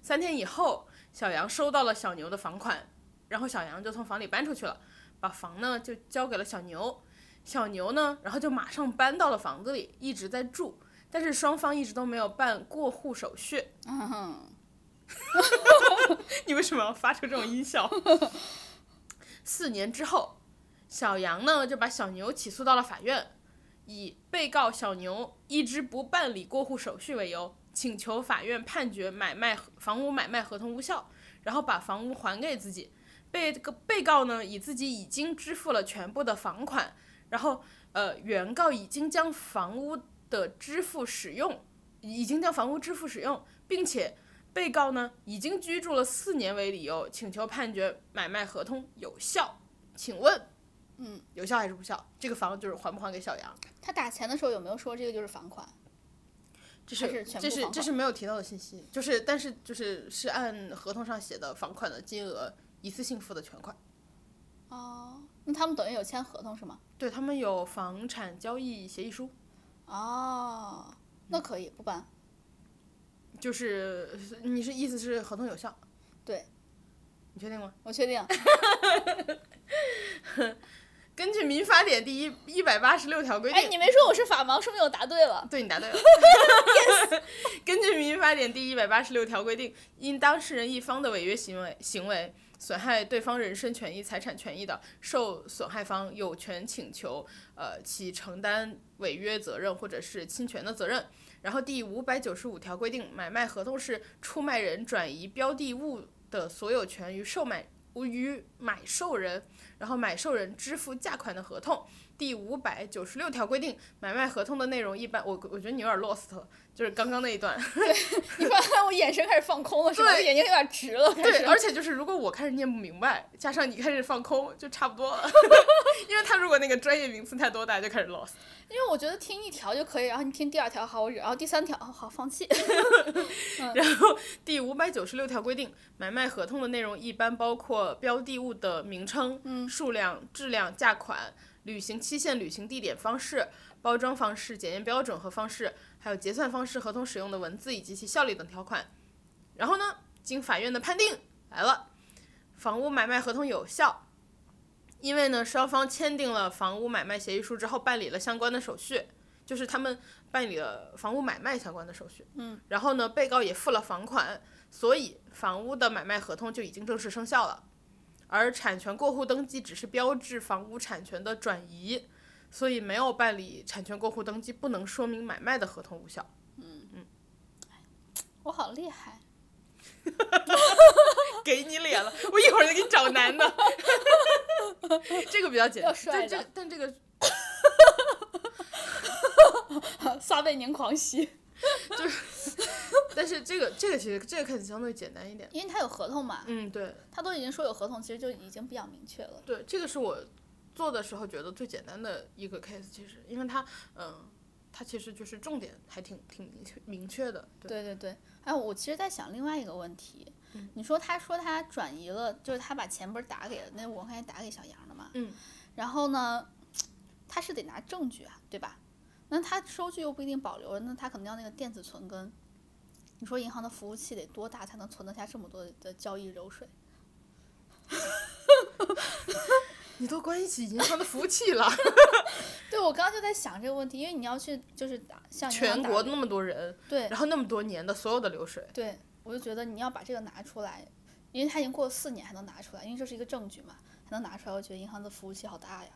S2: 三天以后，小羊收到了小牛的房款，然后小羊就从房里搬出去了，把房呢就交给了小牛。小牛呢，然后就马上搬到了房子里，一直在住。但是双方一直都没有办过户手续。
S1: 嗯 (laughs) 哼，
S2: 你为什么要发出这种音效？ (laughs) 四年之后，小杨呢就把小牛起诉到了法院，以被告小牛一直不办理过户手续为由，请求法院判决买卖合房屋买卖合同无效，然后把房屋还给自己。被被告呢以自己已经支付了全部的房款，然后呃原告已经将房屋的支付使用，已经将房屋支付使用，并且被告呢已经居住了四年为理由，请求判决买卖合同有效。请问，嗯，有效还是无效？这个房就是还不还给小杨？
S1: 他打钱的时候有没有说这个就是房款？
S2: 这
S1: 还是
S2: 是
S1: 全
S2: 这
S1: 部
S2: 是
S1: 房
S2: 这
S1: 款
S2: 是没有提到的信息，就是但是就是是按合同上写的房款的金额一次性付的全款。
S1: 哦，那他们等于有签合同是吗？
S2: 对他们有房产交易协议书，
S1: 哦，那可以不搬。
S2: 就是你是意思是合同有效？
S1: 对，
S2: 你确定吗？
S1: 我确定，
S2: 根据《民法典》第一一百八十六条规定，
S1: 哎，你没说我是法盲，说明我答对了。
S2: 对你答对了。 (laughs) 根据《民法典》第一百八十六条规定，因当事人一方的违约行为行为损害对方人身权益、财产权益的，受损害方有权请求呃其承担违约责任或者是侵权的责任。然后第五百九十五条规定，买卖合同是出卖人转移标的物的所有权与售卖与买受人，然后买受人支付价款的合同。第五百九十六条规定，买卖合同的内容一般，我我觉得你有点 lost，了就是刚刚那一段。
S1: (laughs) 你发现我眼神开始放空了是吧？我
S2: 对
S1: 眼睛有点直了，开
S2: 对，
S1: 始。
S2: 而且就是如果我开始念不明白，加上你开始放空，就差不多了。 (laughs) 因为他如果那个专业名词太多，大家就开始 lost。
S1: 因为我觉得听一条就可以，然后你听第二条好，我忍然后第三条哦好放弃。 (laughs)
S2: 然后第五百九十六条规定，买卖合同的内容一般包括标的物的名称、数量、质量、价款、履行期限、履行地点、方式、包装方式、检验标准和方式，还有结算方式、合同使用的文字以及其效力等条款。然后呢，经法院的判定来了，房屋买卖合同有效。因为呢，双方签订了房屋买卖协议书之后，办理了相关的手续，就是他们办理了房屋买卖相关的手续。然后呢，被告也付了房款，所以房屋的买卖合同就已经正式生效了。而产权过户登记只是标志房屋产权的转移，所以没有办理产权过户登记，不能说明买卖的合同无效。
S1: 我好厉害， (laughs)
S2: 给你脸了，我一会儿就给你找男的。 (laughs) 这个比较简单
S1: 要，帅
S2: 但
S1: 的
S2: 这但这个
S1: 撒贝宁狂喜。
S2: 但是这个这个其实这个看起来相对简单一点。
S1: 因为他有合同嘛，
S2: 嗯，对
S1: 他都已经说有合同，其实就已经比较明确了。
S2: 对，这个是我做的时候觉得最简单的一个 case，其实因为它嗯。它其实就是重点还挺挺明确明确的，对嗯
S1: 对对对，哎，我其实在想另外一个问题，你说他说他转移了，就是他把钱不是打给了那五万块钱打给小杨了嘛？
S2: 嗯。
S1: 然后呢，他是得拿证据啊，对吧？那他收据又不一定保留了，那他可能要那个电子存根。你说银行的服务器得多大才能存得下这么多的交易流水？ (laughs)
S2: 你都关系银行的服务器了，
S1: 对，我刚刚就在想这个问题，因为你要去就是打 (laughs) 向银行
S2: 全
S1: 打
S2: 国
S1: 工
S2: 那么多人，
S1: 对
S2: 然后那么多年的所有的
S1: (laughs)
S2: 流水，
S1: 对，我就觉得你要把这个拿出来，因为它已经过了四年还能拿出来，因为这是一个证据嘛，还能拿出来。我觉得银行的服务器好大呀。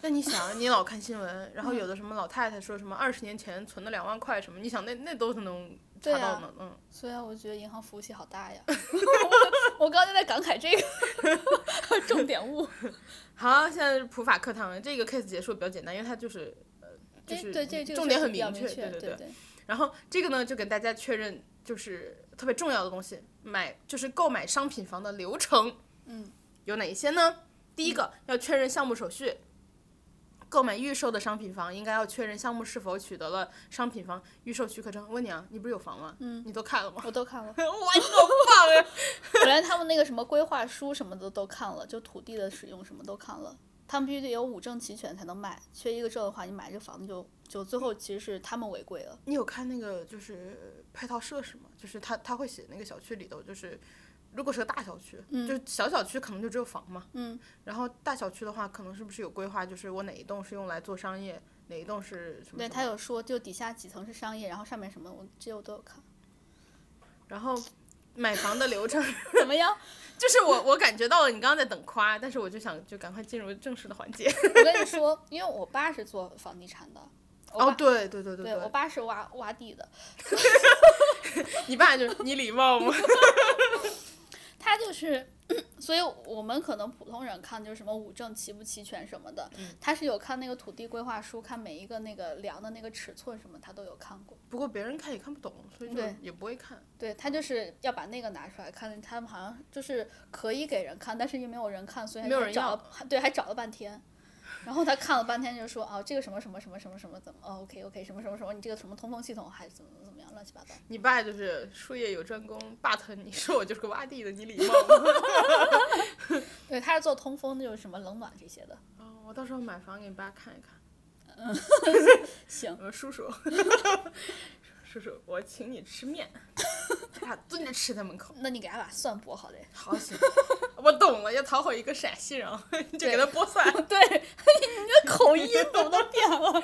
S2: 那你想，你老看新闻，然后
S1: 嗯
S2: 有的什么老太太说什么二十年前存的两万块什么，你想那那都是能查
S1: 对
S2: 到
S1: 啊
S2: 呢，嗯，
S1: 所以啊，我觉得银行服务器好大
S2: (laughs)
S1: 呀。我我刚刚就在感慨这
S2: (laughs)
S1: 个重点物，
S2: 好，现在是普法课堂这个 case 结束比较简单，因为它就是呃，
S1: 因
S2: 就
S1: 为
S2: 是
S1: 对这这个
S2: 重
S1: 确
S2: 点
S1: 实
S2: 很
S1: 比较
S2: 明确
S1: 确，
S2: 对对
S1: 对
S2: 对然后这个呢，就跟大家确认，就是特别重要的东西，买就是购买商品房的流程，
S1: 嗯，
S2: 有哪一些呢？第一个要确认项目手续。购买预售的商品房，应该要确认项目是否取得了商品房预售许可证。问你啊，你不是有房吗？嗯，你都看
S1: (laughs)
S2: 了吗？，
S1: 我都看了
S2: 哇，你好棒呀！
S1: 我连他们那个什么规划书什么的都看了，就土地的使用什么都看了。他们必须得有五证齐全才能卖，缺一个证的话，你买这个房子就就最后其实是他们违规了。
S2: 你有看那个就是配套设施吗？就是他他会写那个小区里头，就是如果是个大小区，就是小小区可能就只有房嘛，
S1: 嗯，
S2: 然后大小区的话，可能是不是有规划，就是我哪一栋是用来做商业，哪一栋是什么
S1: 对
S2: 什
S1: 他
S2: 么？
S1: 有说，就底下几层是商业，然后上面什么，我这我都有看。
S2: 然后买房的流程， (laughs)
S1: (laughs) 怎么样？
S2: 就是我我感觉到了你刚刚在等夸，但是我就想就赶快进入正式的环 (laughs) 节。
S1: 我跟你说，因为我爸是做房地产的，我
S2: 哦
S1: 爸，
S2: 对对对对
S1: 对我爸是挖挖地的，
S2: 你爸就是你礼貌吗？ (laughs)
S1: 他就是， (clears throat) 所以我们可能普通人看就是什么五证齐不齐全什么的，
S2: 嗯
S1: 他是有看那个土地规划书，看每一个那个量的那个尺寸什么，他都有看过。
S2: 不过别人看也看不懂，所以就
S1: 对
S2: 也不会看。
S1: 对他就是要把那个拿出来看，他们好像就是可以给人看，但是又没有人看，所以
S2: 没有
S1: 还
S2: 人
S1: 找
S2: 要
S1: 了，还对，还找了半天。然后他看了半天，就说哦，这个什么什么什么什么什么怎么哦，OK OK 什么什么什么，你这个什么通风系统还怎么怎么样？乱七八糟。
S2: 你爸就是术业有专攻，but 你说我就是个挖地的，你礼貌吗？
S1: 对，他是做通风，就是什么冷暖这些的。
S2: 哦，我到时候买房给你爸看一看。
S1: 嗯行，
S2: 我说叔
S1: (laughs)
S2: 叔，叔叔，我请你吃
S1: (laughs)
S2: 面。他俩蹲着吃在门口。
S1: 那你给他把蒜剥 (laughs) 好嘞。
S2: 好行，我懂了，要讨好一个陕西人，你就给他
S1: (laughs)
S2: 剥蒜。
S1: (laughs) 对，你的口音怎么都变了？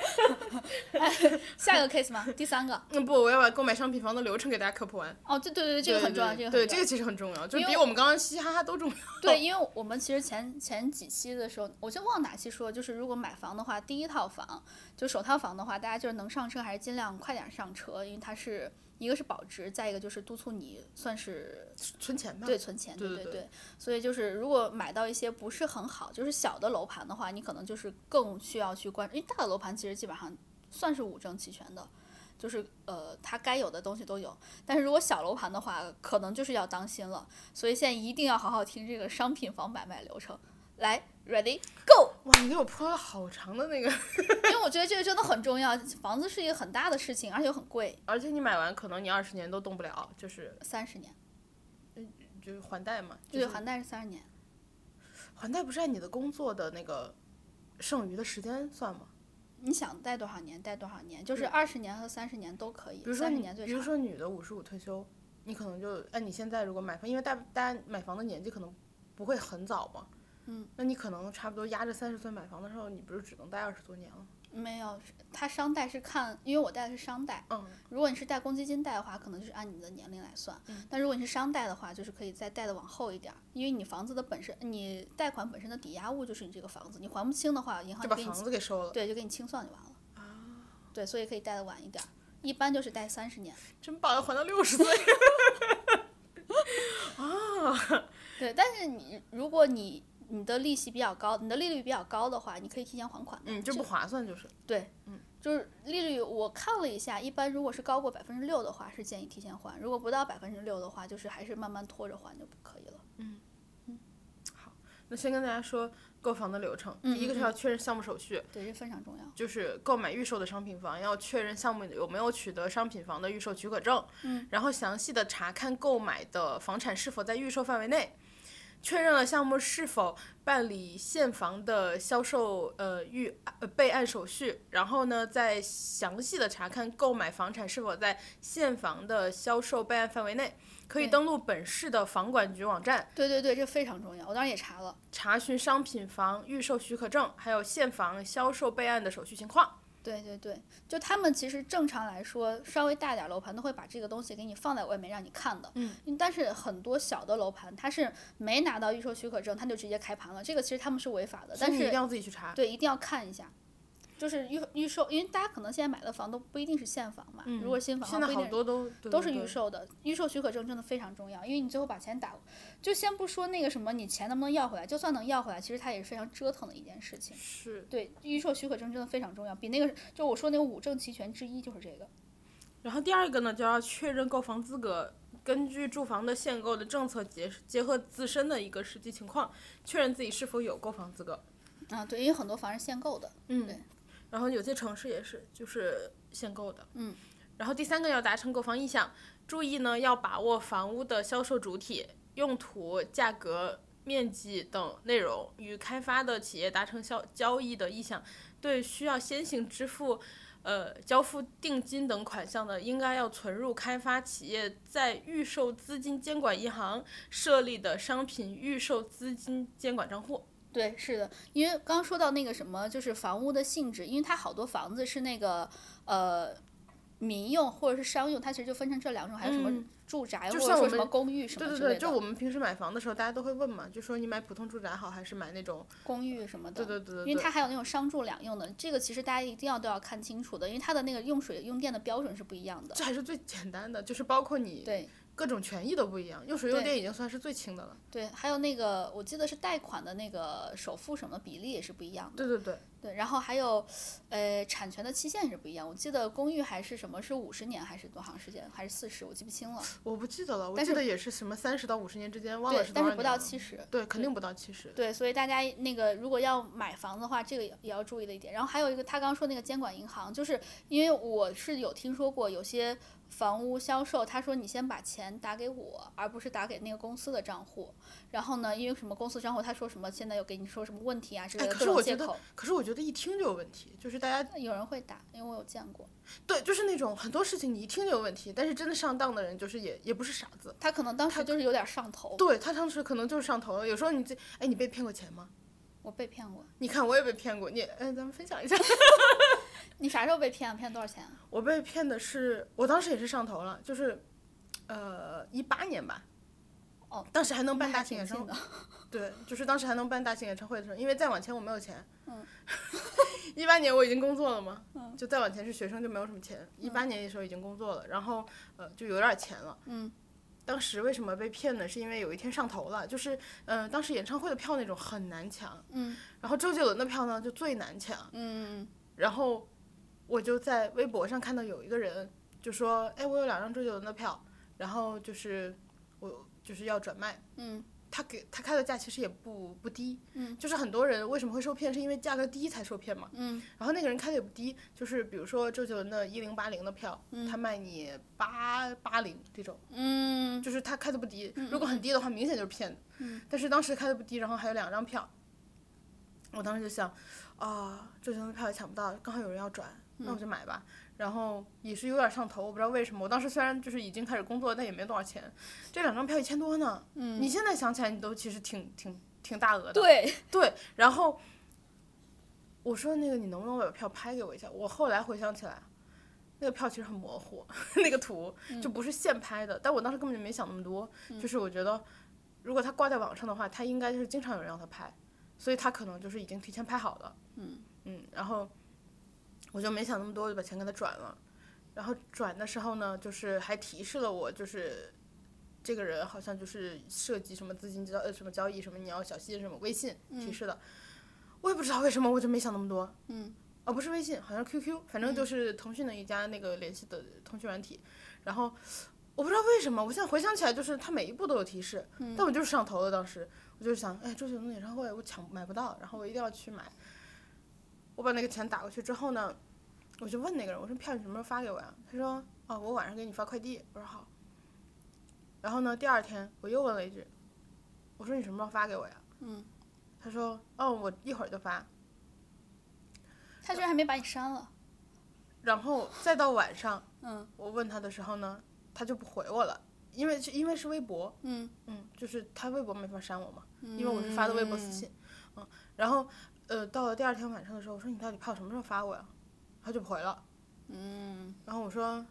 S1: (laughs) 哎，下一个 case 吗？第三个。
S2: 嗯，不，我要把购买商品房的流程给大家科普完。
S1: 哦，对对对，这个很重要，这
S2: 对
S1: 个
S2: 对，
S1: 很
S2: 这
S1: 重
S2: 个
S1: 要。
S2: 其实很重要，就
S1: 因
S2: 是
S1: 为
S2: 比我们刚刚嘻嘻哈哈都重要。
S1: 对，因为我们其实前前几期的时候，我就忘哪期说，就是如果买房的话，第一套房就首套房的话，大家就是能上车还是尽量快点上车，因为它是一个是保值，再一个就是督促你算是
S2: 存钱吧。
S1: 对，存钱，
S2: 对
S1: 对
S2: 对对
S1: 对。所以就是，如果买到一些不是很好，就是小的楼盘的话，你可能就是更需要去关注，因为大的楼盘其实基本上算是五证齐全的，就是呃，它该有的东西都有。但是如果小楼盘的话，可能就是要当心了。所以现在一定要好好听这个商品房买卖流程。来，ready go，
S2: 哇，你给我泼了好长的那个， (laughs)
S1: 因为我觉得这个真的很重要，房子是一个很大的事情，而且又很贵，
S2: 而且你买完可能你二十年都动不了，就是
S1: 三十年，
S2: 就是还贷嘛，就
S1: 对，
S2: 是
S1: 还贷是三十年。
S2: 还贷不是按你的工作的那个剩余的时间算吗？
S1: 你想贷多少年，贷多少年，就是
S2: 比
S1: 二十年和三十年都可以，
S2: 比如说
S1: 三十
S2: 你，
S1: 年最
S2: 比
S1: 长
S2: 如。说女的五十五退休，你可能就按你现在如果买房，因为大大家买房的年纪可能不会很早嘛，
S1: 嗯，
S2: 那你可能差不多压着三十岁买房的时候，你不是只能贷二十多年了？
S1: 没有，是它商贷是看，因为我贷的是商贷，
S2: 嗯，
S1: 如果你是贷公积金贷的话，可能就是按你的年龄来算。
S2: 嗯
S1: 但如果你是商贷的话，就是可以再贷的往后一点儿，因为你房子的本身，你贷款本身的抵押物就是你这个房子，你还不清的话，银行
S2: 就
S1: 就
S2: 把
S1: 给
S2: 房
S1: 你
S2: 子啊给收了，
S1: 对，就给你清算就完了。对，所以可以贷的晚一点儿，一般就是贷三十年。
S2: 真棒，要还到六十岁。
S1: (laughs) 对，但是你如果你你的利息比较高，你的利率比较高的话，你可以提前还款的。
S2: 嗯，这不划算就是。
S1: 对，
S2: 嗯
S1: 就是利率我看了一下，一般如果是高过百分之六的话，是建议提前还；如果不到百分之六的话，就是还是慢慢拖着还就可以了。
S2: 那先跟大家说购房的流程，
S1: 嗯
S2: 第一个是要确认项目手续，
S1: 对，这非常重要。
S2: 就是购买预售的商品房要确认项目有没有取得商品房的预售许可证，嗯，然后详细的查看购买的房产是否在预售范围内，确认了项目是否办理现房的销售呃预呃备案手续，然后呢再详细的查看购买房产是否在现房的销售备案范围内，可以
S1: 对
S2: 登录本市的房管局网站。
S1: 对对对，这非常重要。我当时也查了，
S2: 查询商品房预售许可证，还有现房销售备案的手续情况。
S1: 对对对，就他们其实正常来说，稍微大点儿楼盘都会把这个东西给你放在外面让你看的。
S2: 嗯，
S1: 但是很多小的楼盘，它是没拿到预售许可证，它就直接开盘了，这个其实他们是违法的。但
S2: 所以你一
S1: 是
S2: 定要自己去查。
S1: 对，一定要看一下。就是预预售，因为大家可能现在买的房都不一定是现房嘛，如果是新房
S2: 嗯现
S1: 的话
S2: 在
S1: 不一定
S2: 好
S1: 是
S2: 多都
S1: 都是预。
S2: 对对对
S1: 售的，预售许可证真的非常重要，因为你最后把钱打，就先不说那个什么，你钱能不能要回来，就算能要回来，其实它也是非常折腾的一件事情。
S2: 是，
S1: 对，预售许可证真的非常重要，比那个就我说那个五证齐全之一就是这个。
S2: 然后第二个呢，就要确认购房资格，根据住房的限购的政策结结合自身的一个实际情况，确认自己是否有购房资格。
S1: 啊，对，因为很多房是限购的，对
S2: 嗯，然后有些城市也是，就是限购的。
S1: 嗯。
S2: 然后第三个要达成购房意向，注意呢要把握房屋的销售主体、用途、价格、面积等内容，与开发的企业达成销交易的意向。对需要先行支付、呃交付定金等款项的，应该要存入开发企业在预售资金监管银行设立的商品预售资金监管账户。
S1: 对，是的，因为刚刚说到那个什么，就是房屋的性质，因为它好多房子是那个呃民用或者是商用，它其实就分成这两种，还有什么
S2: 嗯
S1: 住宅、
S2: 就
S1: 或者
S2: 像
S1: 说
S2: 我
S1: 什么
S2: 们
S1: 公寓什么
S2: 对
S1: 之
S2: 对
S1: 类的，
S2: 对，就我们平时买房的时候，大家都会问嘛，就说你买普通住宅好还是买那种？
S1: 公寓什么的。
S2: 对对对对对。
S1: 因为它还有那种商住两用的，这个其实大家一定要都要看清楚的，因为它的那个用水用电的标准是不一样的。
S2: 这还是最简单的，就是包括你
S1: 对
S2: 各种权益都不一样，用水用
S1: 对
S2: 电已经算是最轻的了。
S1: 对，还有那个我记得是贷款的那个首付什么比例也是不一样的。
S2: 对对对，
S1: 对，然后还有，呃，产权的期限也是不一样。我记得公寓还是什么是五十年还是多长时间，还是四十，我记不清了。
S2: 我不记得了，我
S1: 但
S2: 记
S1: 是
S2: 得也是什么三十到五十年之间，忘了
S1: 对
S2: 是，多
S1: 但
S2: 少
S1: 是
S2: 年
S1: 不到
S2: 了
S1: 七十。
S2: 对，肯定不到七十。
S1: 对，所以大家那个如果要买房子的话，这个也也要注意的一点。然后还有一个，他刚刚说那个监管银行，就是因为我是有听说过有些房屋销售，他说你先把钱打给我，而不是打给那个公司的账户。然后呢，因为什么公司账户，他说什么现在有给你说什么问题啊之类
S2: 哎，
S1: 的各
S2: 可是
S1: 种
S2: 我
S1: 借
S2: 觉得
S1: 口。，
S2: 可是我觉得一听就有问题，就是大家
S1: 有人会打，因为我有见过，
S2: 对，就是那种很多事情你一听就有问题，但是真的上当的人就是也也不是傻子，
S1: 他可能当时就是有点上头。
S2: 对他当时可能就是上头了。有时候你自己，哎，你被骗过钱吗？
S1: 我被骗过，
S2: 你看我也被骗过，你哎，咱们分享一下。
S1: 你啥时候被骗啊？骗多少钱啊？
S2: 我被骗的是，我当时也是上头了，就是，呃，一八年吧。
S1: 哦，
S2: 当时还能办
S1: 那
S2: 大
S1: 还
S2: 型
S1: 挺
S2: 演唱
S1: 近
S2: 会
S1: 的，，
S2: (laughs) 对，就是当时还能办大型演唱会的时候，因为再往前我没有钱。嗯。 (laughs) 一八年我已经工作了嘛，
S1: 嗯
S2: 就再往前是学生就没有什么钱。一八年的时候已经工作了，然后呃就有点钱了。
S1: 嗯。
S2: 当时为什么被骗呢？是因为有一天上头了，就是呃，当时演唱会的票那种很难抢，
S1: 嗯
S2: 然后周杰伦的票呢就最难抢。
S1: 嗯
S2: 然后我就在微博上看到有一个人就说：“哎，我有两张周杰伦的票，然后就是我就是要转卖。
S1: 嗯”
S2: 他给他开的价其实也不不低，
S1: 嗯，
S2: 就是很多人为什么会受骗，是因为价格低才受骗嘛。
S1: 嗯
S2: 然后那个人开的也不低，就是比如说周杰伦的一零八零的票，他卖你八八零这种，
S1: (laughs) 嗯
S2: 就是他开的不低，如果很低的话，明显就是骗的。
S1: 嗯
S2: 但是当时开的不低，然后还有两张票，我当时就想，啊，周杰伦的票也抢不到，刚好有人要转，
S1: 嗯
S2: 那我就买吧。然后也是有点上头，我不知道为什么。我当时虽然就是已经开始工作，但也没多少钱，这两张票一千多呢。
S1: 嗯，
S2: 你现在想起来，你都其实挺挺挺大额的。
S1: 对，
S2: (laughs) (laughs) 对，然后我说那个你能不能把票拍给我一下？我后来回想起来，那个票其实很模糊， (laughs) 那个图就不是现拍的。但我当时根本就没想那么多，就是我觉得如果他挂在网上的话，他应该就是经常有人让他拍，所以他可能就是已经提前拍好了。
S1: 嗯
S2: 嗯，然后我就没想那么多，我就把钱给他转了。然后转的时候呢，就是还提示了我，就是这个人好像就是涉及什么资金交呃什么交易什么，你要小心什么微信提示的。我也不知道为什么，我就没想那么多。
S1: 嗯
S2: 哦，不是微信，好像是 QQ，反正就是腾讯的一家那个联系的通讯软体。然后我不知道为什么，我现在回想起来，就是它每一步都有提示，但我就是上头了。当时我就是想，哎，周杰伦的演唱会我抢买不到，然后我一定要去买。我把那个钱打过去之后呢，我就问那个人，我说票你什么时候发给我呀？他说，哦，我晚上给你发快递。我说好。然后呢，第二天我又问了一句，我说你什么时候发给我呀？
S1: 嗯，
S2: 他说，哦，我一会儿就发。
S1: 他居然还没把你删了。
S2: 然后再到晚上，
S1: 嗯
S2: 我问他的时候呢，他就不回我了，因为是因为是微博，
S1: 嗯
S2: 嗯，就是他微博没法删我嘛，
S1: 嗯，
S2: 因为我是发的微博私信，嗯，然后呃，到了第二天晚上的时候，我说你到底怕我什么时候发我呀？他就不回了，
S1: 嗯。
S2: 然后我说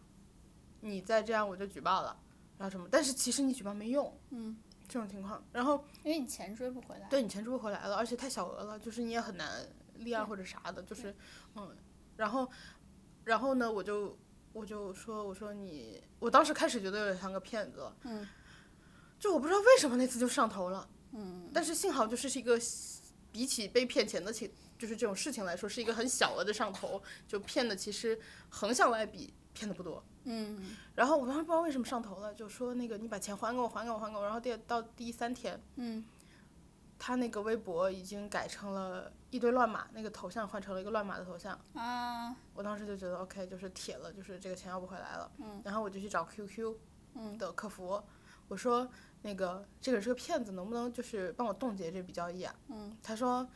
S2: 你再这样我就举报了，然后什么，但是其实你举报没用，
S1: 嗯，
S2: 这种情况，然后
S1: 因为你钱追不回来。
S2: 对你钱追不回来了，而且太小额了，就是你也很难立案或者啥的，就是嗯，然后然后呢，我就我就说我说你，我当时开始觉得有点像个骗子了，
S1: 嗯，
S2: 就我不知道为什么那次就上头了，嗯，但是幸好就是是一个比起被骗钱的情，就是这种事情来说，是一个很小额的上头，就骗的其实横向来比骗的不多，
S1: 嗯
S2: 然后我当时不知道为什么上头了，就说那个你把钱还给我，还给我，还给我，然后第到第三天。
S1: 嗯
S2: 他那个微博已经改成了一堆乱码，那个头像换成了一个乱码的头像。
S1: 啊
S2: 我当时就觉得 OK，就是铁了，就是这个钱要不回来了。嗯。然后我就去找 QQ
S1: 嗯
S2: 的客服，我说那个这个人是个骗子，能不能就是帮我冻结这笔交易啊？
S1: 嗯。
S2: 他说，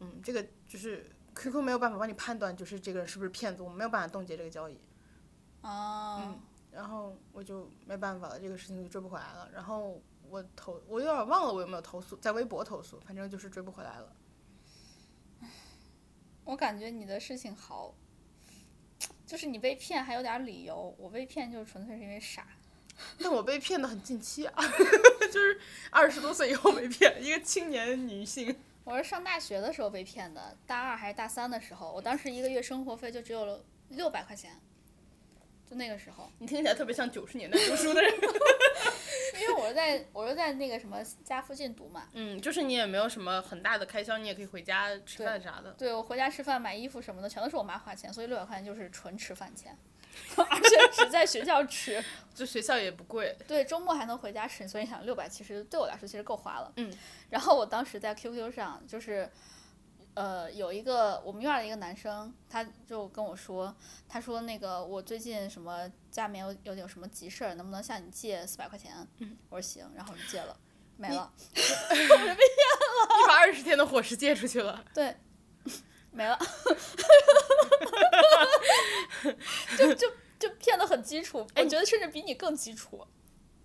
S2: 嗯，这个就是 QQ 没有办法帮你判断，就是这个人是不是骗子，我们没有办法冻结这个交易。
S1: 啊
S2: 嗯然后我就没办法了，这个事情就追不回来了。然后我投，我有点忘了我有没有投诉，在微博投诉，反正就是追不回来了。
S1: 我感觉你的事情好，就是你被骗还有点理由，我被骗就是纯粹是因为傻。
S2: 但我被骗的很近期啊， (laughs) 就是二十多岁以后被骗，一个青年女性。
S1: 我是上大学的时候被骗的，大二还是大三的时候，我当时一个月生活费就只有六百块钱，就那个时候，
S2: 你听起来特别像九十年代读书的人。 (laughs)
S1: 因为我是在我是在那个什么家附近读嘛，
S2: 嗯，就是你也没有什么很大的开销，你也可以回家吃饭啥的。
S1: 对我回家吃饭、买衣服什么的全都是我妈花钱，所以六百块钱就是纯吃饭钱， (laughs) 而且只在学校吃。
S2: 就学校也不贵。
S1: 对，周末还能回家吃，所以想六百其实对我来说其实够花了。
S2: 嗯，
S1: 然后我当时在 QQ 上就是，呃，有一个我们院儿的一个男生，他就跟我说，他说那个我最近什么家里面有有点什么急事儿，能不能向你借四百块钱？我说行，然后我就借了，没了，
S2: 一百二十天的伙食借出去了，
S1: 对， (laughs) 没了，就就就骗的很基础，我觉得甚至比你更基础，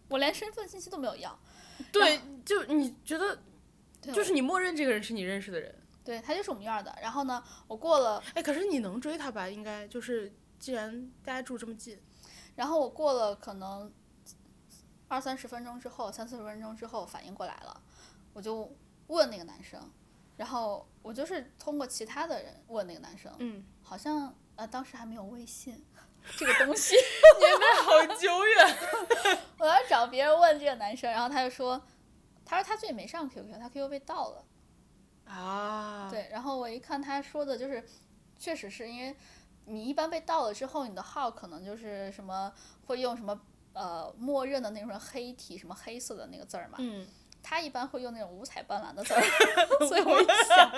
S1: 我连身份信息都没有要，
S2: (laughs) 对，就你觉得
S1: 对
S2: 就是你默认这个人是你认识的人，
S1: 对他就是我们院儿的，然后呢，我过了
S2: 哎，可是你能追他吧？应该就是，既然大家住这么近，
S1: 然后我过了可能二三十分钟之后，三四十分钟之后反应过来了，我就问那个男生，然后我就是通过其他的人问那个男生，
S2: (laughs) 嗯，
S1: 好像呃当时还没有微信这个东西， (laughs)
S2: 年代好久远。
S1: 我要找别人问这个男生，然后他就说，他说他最近没上 QQ，他 QQ 被盗了。
S2: (laughs) 啊，，
S1: 对，然后我一看他说的就是，确实是因为你一般被盗了之后，你的号可能就是什么会用什么呃默认的那种黑体什么黑色的那个字儿嘛，
S2: 嗯，
S1: 他一般会用那种五彩斑斓的字儿，所以我一想，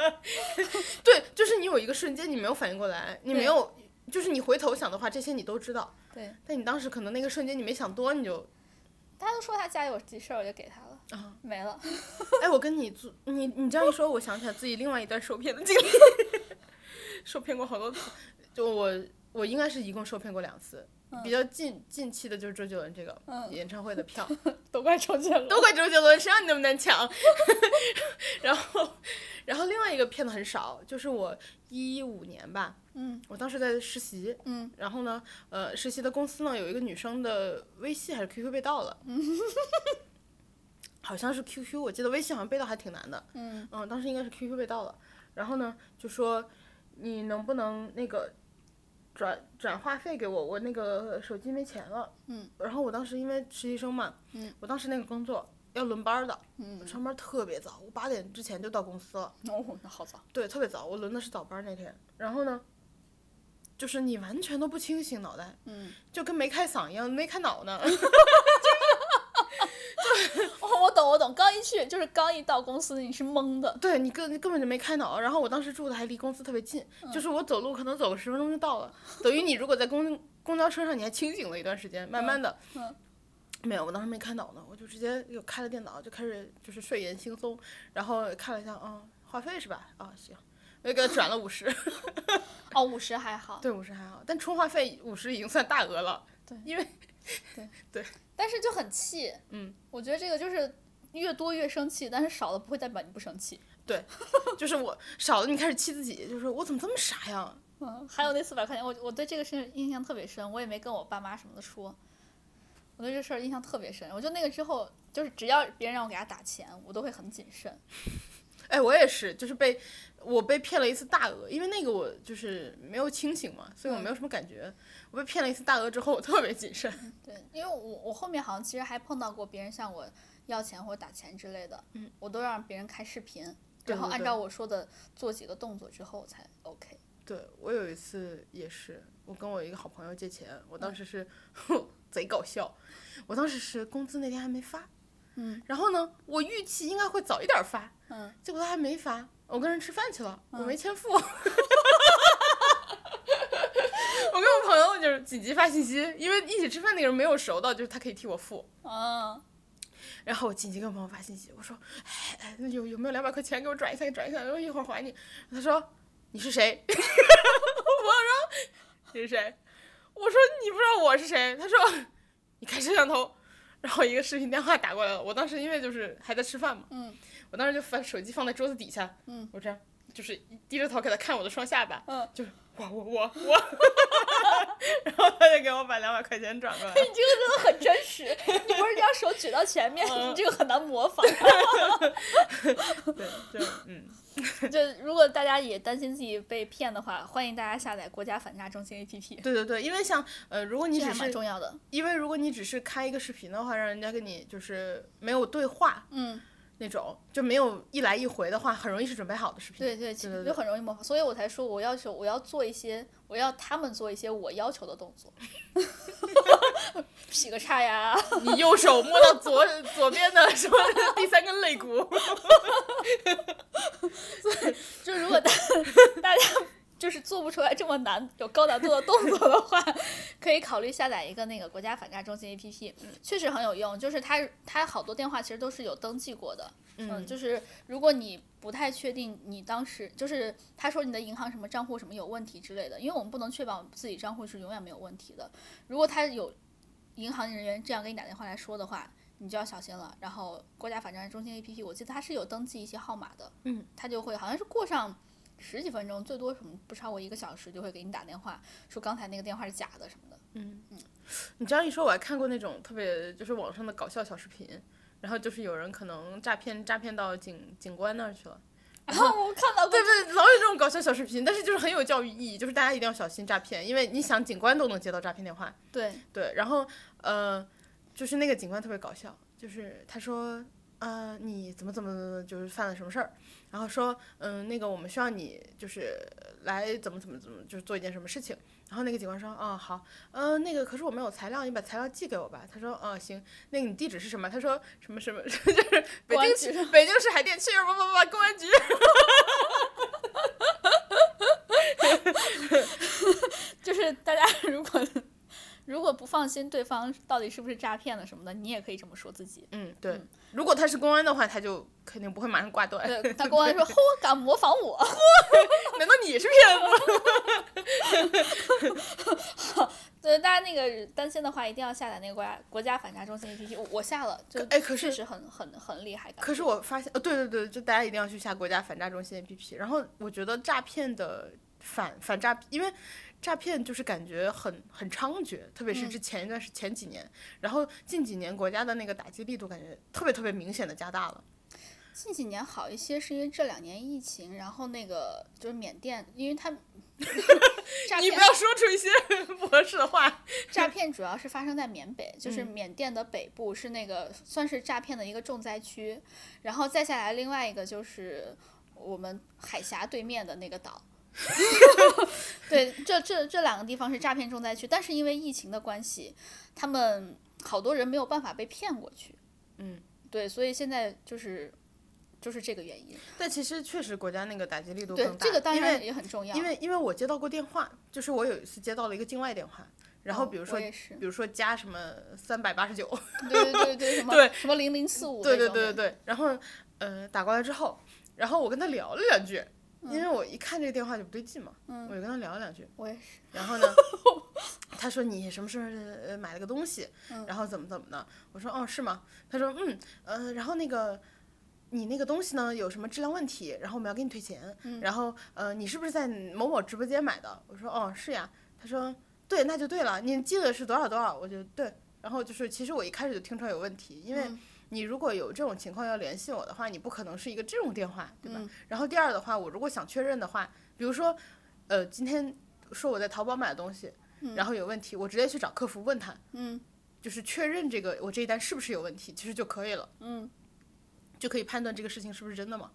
S2: 对，就是你有一个瞬间你没有反应过来，你没
S1: 对
S2: 有，就是你回头想的话，这些你都知道，
S1: 对，
S2: 但你当时可能那个瞬间你没想多，你就
S1: 大家都说他家里有急事儿，我就给他了，
S2: 啊，
S1: 没了。
S2: 哎，我跟你做，你你这样一说，我想起来自己另外一段受骗的经历， (laughs) 受骗过好多次，就我我应该是一共受骗过两次，比较近近期的就是周杰伦这个
S1: 嗯
S2: 演唱会的票，
S1: 都怪周杰伦，
S2: 都怪周杰伦，谁让你那么难抢？ (laughs) 然后，然后另外一个骗的很少，就是我一五年吧，
S1: 嗯
S2: 我当时在实习，
S1: 嗯，
S2: 然后呢，呃，实习的公司呢有一个女生的微信还是 QQ 被盗了，
S1: 嗯
S2: (laughs) 好像是 QQ，我记得微信好像被盗还挺难的，
S1: 嗯
S2: 嗯，当时应该是 QQ 被盗了，然后呢就说你能不能那个转转话费给我，我那个手机没钱了。
S1: 嗯。
S2: 然后我当时因为实习生嘛，
S1: 嗯，
S2: 我当时那个工作要轮班儿的，我
S1: 嗯，
S2: 上班特别早，我八点之前就到公司了，
S1: 哦，那好早，
S2: 对，特别早，我轮的是早班儿那天。然后呢，就是你完全都不清醒脑袋，
S1: 嗯，
S2: 就跟没开嗓一样，没开
S1: (laughs)
S2: 脑呢。
S1: 哦，我懂我懂，刚一去就是刚一到公司，你是懵的，
S2: 对你根根本就没开脑，然后我当时住的还离公司特别近，
S1: 嗯
S2: 就是我走路可能走个十分钟
S1: (laughs)
S2: 就到了，等于你如果在公公交车上你还清醒了一段时间，慢慢的，
S1: 嗯
S2: 没有，我当时没开脑呢，我就直接就开了电脑，就开始就是睡眼惺忪，然后看了一下，啊、话费是吧？啊、行，我就给他转了五十， (laughs)
S1: 哦，五十还好，
S2: 对五十还好，但充话费五十已经算大额了，
S1: 对
S2: 因为
S1: 但是就很气，
S2: 嗯，
S1: 我觉得这个就是越多越生气，但是少了不会代表你不生气，
S2: 就是我少了，你开始气自己，就是我怎么这么傻呀？
S1: 嗯，还有那四百块钱，我我对这个事印象特别深，我也没跟我爸妈什么的说，我对这事儿印象特别深。我就那个之后，就是只要别人让我给他打钱，我都会很谨慎。
S2: 哎，我也是，就是被我被骗了一次大额，因为那个我就是没有清醒嘛，所以我没有什么感觉。我被骗了一次大额之后，我特别谨慎。
S1: 对，因为我我后面好像其实还碰到过别人向我要钱或者打钱之类的，
S2: 嗯，
S1: 我都让别人开视频，
S2: 对
S1: 然后
S2: 对
S1: 按
S2: 对
S1: 照我说的做几个动作之后我才 OK。
S2: 对我有一次也是，我跟我一个好朋友借钱，我
S1: 嗯
S2: 当时是、贼搞笑，我当时是工资那天还没发，
S1: 嗯，
S2: 然后呢，我预期应该会早一点发，
S1: 嗯，
S2: 结果他还没发，我跟人吃饭去了，我没钱付。 (laughs) 我跟我朋友就是紧急发信息，因为一起吃饭那个人没有熟到，就是他可以替我付。嗯
S1: 啊，
S2: 然后我紧急跟我朋友发信息，我说，哎，哎有有没有两百块钱给我转一下，给转一下，然后一会儿还你。他说你是谁？ (laughs) 我朋友说你是谁？我说你不知道我是谁。他说你开摄像头。然后一个视频电话打过来了，我当时因为就是还在吃饭嘛，
S1: 嗯
S2: 我当时就把手机放在桌子底下，
S1: 嗯，
S2: 我这样就是低着头给他看我的双下巴，
S1: 嗯，
S2: 就是我我我我， (laughs) 然后他就给我把两百块钱转过来了
S1: 你。这个真的很真实，你不是将手举到前面，
S2: 嗯
S1: 你这个很难模仿。
S2: 对，就嗯，
S1: (laughs) 就如果大家也担心自己被骗的话，欢迎大家下载国家反诈中心 APP，
S2: 对对对，因为像呃，如果你
S1: 这
S2: 只
S1: 还蛮
S2: 是
S1: 重要的。
S2: 因为如果你只是开一个视频的话，让人家跟你就是没有对话
S1: 嗯，
S2: 那种，就没有一来一回的话，很容易是准备好的视频。
S1: 对对，其
S2: 对
S1: 实
S2: 对
S1: 就很容易模仿，所以我才说我要求我要做一些，我要他们做一些我要求的动
S2: (laughs)
S1: 作， (laughs) 劈个叉呀，
S2: 你右手摸到左 (laughs) 左边的什么第三根肋骨，
S1: 就如果大难、有高难度的动作的话，可以考虑下载一个那个国家反诈中心 APP，确嗯实很有用。就是它它好多电话其实都是有登记过的，嗯，就是如果你不太确定你当时就是他说你的银行什么账户什么有问题之类的，因为我们不能确保自己账户是永远没有问题的。如果他有银行人员这样给你打电话来说的话，你就要小心了。然后国家反诈中心 APP，我记得它是有登记一些号码的，
S2: 嗯，
S1: 它就会好像是过上十几分钟，最多什么不超过一个小时，就会给你打电话说刚才那个电话是假的什么的。
S2: (laughs) 你这样一说，我还看过那种特别就是网上的搞笑小视频，然后就是有人可能诈骗诈骗到警警官那儿去了。
S1: 然哦后我看到过
S2: 对对，老有这种搞笑小视频，但是就是很有教育意义，就是大家一定要小心诈骗，因为你想警官都能接到诈骗电话。
S1: 对，
S2: 对，然后呃，就是那个警官特别搞笑，就是他说。呃，你怎么怎么怎么就是犯了什么事儿，然后说，嗯、那个我们需要你就是来怎么怎么怎么就是做一件什么事情，然后那个警官说，哦好，呃那个可是我没有材料，你把材料寄给我吧。他说，哦行，那个你地址是什么？他说什么什 (laughs) 么，就是北
S1: 公安
S2: 京
S1: 局
S2: 市北京市海淀区不不不公安局，
S1: 就是大家如果如果不放心对方到底是不是诈骗了什么的，你也可以这么说自己。
S2: 嗯，对
S1: 嗯，
S2: 如果他是公安的话，他就肯定不会马上挂断。
S1: (laughs) 对，他公安说：“嚯，敢模仿我
S2: (laughs)
S1: (laughs)
S2: 难道你是骗子？！”
S1: 对，大家那个担心的话，一定要下载那个国家国家反诈中心 APP。我我下了，就
S2: 哎可
S1: 确
S2: 是
S1: 实很很很厉害。
S2: 可是我发现，呃，对对对，就大家一定要去下国家反诈中心 APP。然后我觉得诈骗的反反诈，因为诈骗就是感觉很很猖獗，特别是
S1: 嗯
S2: 之前一段时前几年，然后近几年国家的那个打击力度感觉特别特别明显的加大了。
S1: 近几年好一些，是因为这两年疫情，然后那个就是缅甸，因为它 (laughs) 诈
S2: 你
S1: 骗
S2: 不要说出一些
S1: (laughs)
S2: 不合适的话。 (laughs)
S1: 诈骗主要是发生在缅北，
S2: 嗯
S1: 就是缅甸的北部，是那个算是诈骗的一个重灾区。然后再下来另外一个就是我们海峡对面的那个岛。 (laughs) 对，这这这两个地方是诈骗重灾区，但是因为疫情的关系，他们好多人没有办法被骗过去。
S2: 嗯，
S1: 对，所以现在就是就是这个原因。
S2: 但其实确实国家那个打击力度
S1: 对
S2: 更，大，
S1: 这个当
S2: 因为
S1: 然也很重要。
S2: 因为因为我接到过电话，就是我有一次接到了一个境外电话，然后
S1: 哦
S2: 比如
S1: 我
S2: 说、
S1: 也是，
S2: 比如说加什么三百八十九，
S1: 对对对对，什么
S2: 对
S1: 什么零零四五，
S2: 对对对对对，然后呃打过来之后，然后我跟他聊了两句，因为我一看这个电话就不对劲嘛，我就跟他聊了两句，
S1: 嗯我也是，(laughs)
S2: 然后呢，他说你什么时候呃买了个东西，
S1: 嗯
S2: 然后怎么怎么的，我说哦是吗？他说嗯呃然后那个。你那个东西呢有什么质量问题？然后我们要给你退钱。
S1: 嗯
S2: 然后呃，你是不是在某某直播间买的？我说哦是呀。他说对，那就对了。你记得是多少多少？我就对。然后就是其实我一开始就听出来有问题，因为
S1: 嗯
S2: 你如果有这种情况要联系我的话，你不可能是一个这种电话，对吧？然后第二的话，我如果想确认的话，比如说，呃，今天说我在淘宝买的东西，然后有问题，我直接去找客服问他，
S1: 嗯
S2: 就是确认这个我这一单是不是有问题，其实就可以了，
S1: 嗯
S2: 就可以判断这个事情是不是真的嘛。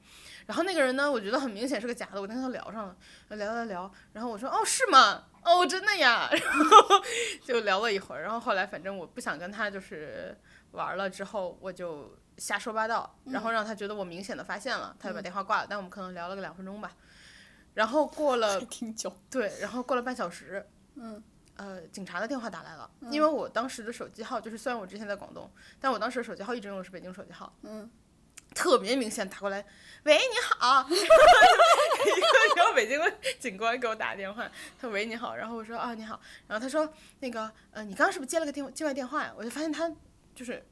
S2: 然后那个人呢，我觉得很明显是个假的，我跟他聊上了，呃聊聊聊，然后我说哦是吗？哦真的呀， (laughs) 然后就聊了一会儿，然后后来反正我不想跟他就是玩了，之后我就瞎说八道，
S1: 嗯
S2: 然后让他觉得我明显的发现了，他就把电话挂了，但我们可能聊了个两分钟吧。然后过了
S1: 还挺久，
S2: 对，然后过了半小时，
S1: 嗯，
S2: 呃，警察的电话打来了，因为我当时的手机号就是，虽然我之前在广东，但我当时的手机号一直用的是北京手机号，
S1: 嗯，
S2: 特别明显打过来，喂，你好， (laughs) 然后北京的警官给我打电话，他说喂你好，然后我说啊你好，然后他说那个呃你刚刚是不是接了个电境外电话呀？我就发现他就是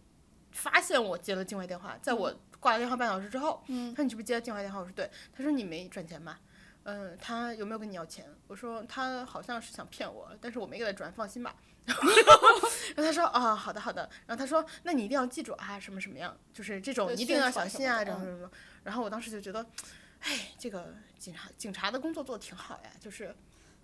S2: 发现我接了境外电话，在我挂了电话半小时之后，
S1: 嗯
S2: 他说你是不是接了境外电话？我说对，他说你没转钱吧？嗯，他有没有跟你要钱？我说他好像是想骗我，但是我没给他转，放心吧。 (laughs) 然后他说啊、好的好的。然后他说，那你一定要记住啊，什么什么样，就是这种
S1: 对
S2: 一定要
S1: 宣
S2: 小
S1: 传什
S2: 心
S1: 么
S2: 啊，
S1: 的
S2: 这种
S1: 嗯
S2: 什么什么。然后我当时就觉得，哎，这个警察警察的工作做的挺好呀，就是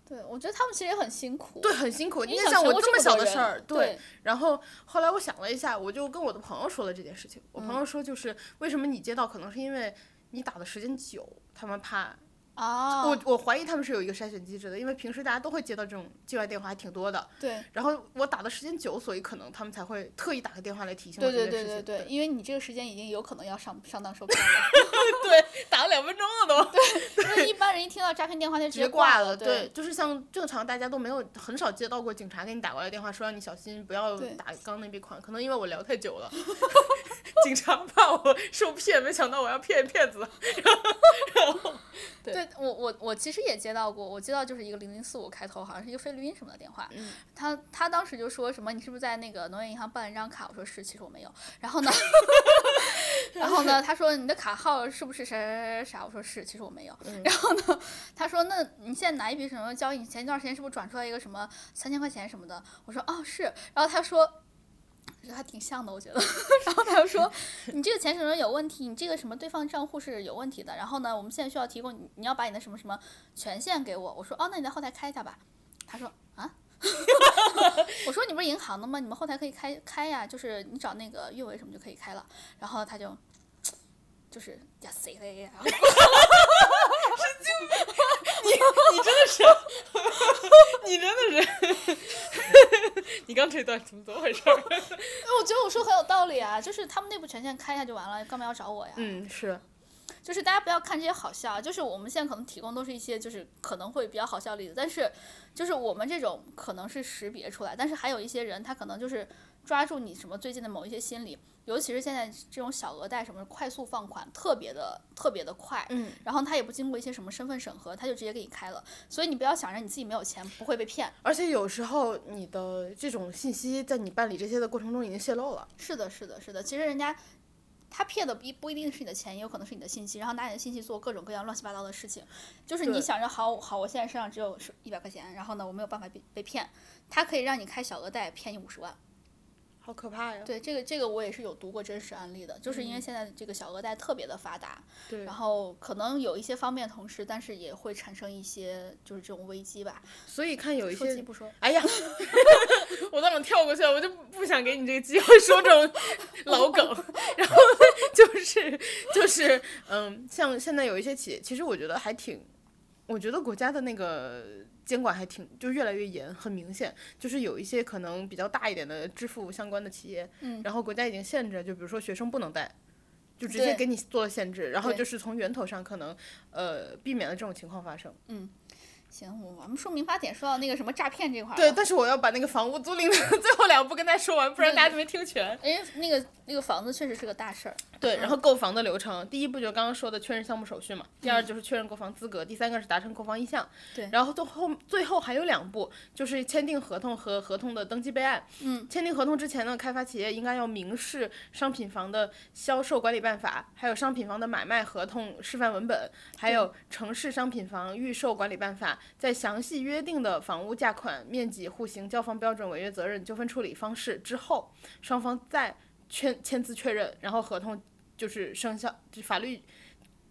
S1: 对我觉得他们其实也很辛苦。
S2: 对，很辛苦。
S1: 因
S2: 你
S1: 为想
S2: 看像
S1: 全
S2: 我
S1: 国
S2: 这么
S1: 这么
S2: 小
S1: 多
S2: 的事
S1: 人
S2: 儿，
S1: 对
S2: 然后后来我想了一下，我就跟我的朋友说了这件事情。
S1: 嗯
S2: 我朋友说，就是为什么你接到，可能是因为你打的时间久，他们怕
S1: 啊，
S2: 我我怀疑他们是有一个筛选机制的，因为平时大家都会接到这种境外电话还挺多的。
S1: 对
S2: 然后我打的时间久，所以可能他们才会特意打个电话来提醒我
S1: 对对
S2: 这件
S1: 对
S2: 事
S1: 对
S2: 情。
S1: 对，因为你这个时间已经有可能要上上当 (laughs) 受骗
S2: 对， (laughs) 打了两分钟了都。
S1: 了，因为一般人一听到诈骗电话就直
S2: 直接
S1: 挂
S2: 挂了。
S1: 对，
S2: 就是像正常大家都没有很少接到过警察给你打过来电话，说让你小心不要
S1: 对
S2: 打刚那笔款。可能因为我聊太久了， (laughs) 警察怕我受骗，没想到我要骗骗子。对
S1: 对我我我其实也接到过，我接到就是一个零零四五开头，好像是一个菲律宾什么的电话。
S2: 嗯
S1: 他他当时就说什么你是不是在那个农业银行办了一张卡？我说是，其实我没有。然
S2: (laughs)
S1: 后呢，然后呢，他说你的卡号是不是啥啥啥啥？我说是，其实我没有。
S2: 嗯
S1: 然后呢，他说那你现在拿一笔什么交易？你前一段时间是不是转出来一个什么三千块钱什么的？我说哦是。然后他说。我觉得还挺像的，我觉得。 (laughs) 然后他就说，你这个钱什么有问题，你这个什么对方账户是有问题的。然后呢，我们现在需要提供你，你要把你的什么什么权限给我。我说，哦，那你在后台开一下吧。他说，啊， (laughs) 我说你不是银行的吗？你们后台可以开开呀，就是你找那个月维什么就可以开了。然后他就，就是呀谁嘞呀， (laughs)
S2: 你真的是， (laughs) 你真的是， (laughs) 你刚这段怎么怎么回事？
S1: 我觉得我说很有道理啊，就是他们内部权限开一下就完了，干嘛要找我呀？
S2: (laughs) 嗯，是
S1: 就是大家不要看这些好笑啊，就是我们现在可能提供都是一些就是可能会比较好笑的例子，但是就是我们这种可能是识别出来，但是还有一些人他可能就是抓住你什么最近的某一些心理，尤其是现在这种小额贷什么快速放款特别的特别的快，
S2: 嗯，
S1: 然后他也不经过一些什么身份审核，他就直接给你开了，所以你不要想着你自己没有钱不会被骗，
S2: 而且有时候你的这种信息在你办理这些的过程中已经泄露了。
S1: 是的，是的，是的。其实人家他骗的不一不一定是你的钱，也有可能是你的信息，然后拿你的信息做各种各样乱七八糟的事情。就是你
S2: 对
S1: 想着好好，我现在身上只有是一百块钱，然后呢，我没有办法被被骗，他可以让你开小额贷骗你五十万。
S2: 好可怕呀！
S1: 对，这个这个我也是有读过真实案例的，就是因为现在这个小额贷特别的发达，
S2: 嗯对
S1: 然后可能有一些方面同时，但是也会产生一些就是这种危机吧。
S2: 所以看有一
S1: 说
S2: 些
S1: 鸡不说，
S2: 哎呀， (laughs) 我都想跳过去了，我就不想给你这个机会说这
S1: (laughs)
S2: 种老梗。然后就是就是嗯，像现在有一些企业，其实我觉得还挺，我觉得国家的那个监管还挺，就越来越严，很明显。就是有一些可能比较大一点的支付相关的企业，
S1: 嗯
S2: 然后国家已经限制，就比如说学生不能带。就直
S1: 对
S2: 接给你做了限制，然后
S1: 对
S2: 就是从源头上可能，呃，避免了这种情况发生。
S1: 行，我们说民法典说到那个什么诈骗这块儿啊
S2: 对，
S1: 了
S2: 但是我要把那个房屋租赁的 (laughs) 最后两步跟大家说完，不然
S1: 对
S2: 大家就没听全。
S1: 因为哎那个那个房子确实是个大事儿。
S2: 对，然后购房的流程，第一步就是刚刚说的确认项目手续嘛，第二就是确认购房资格，第三个是达成购房意向。
S1: 对
S2: 然后最后最后还有两步，就是签订合同和合同的登记备案。
S1: 嗯，
S2: 签订合同之前呢，开发企业应该要明示商品房的销售管理办法，还有商品房的买卖合同示范文本，还有城市商品房预售管理办法，在详细约定的房屋价款、面积、户型、交房标准、违约责任、纠纷处理方式之后，双方再签签字确认，然后合同就是生效，就法律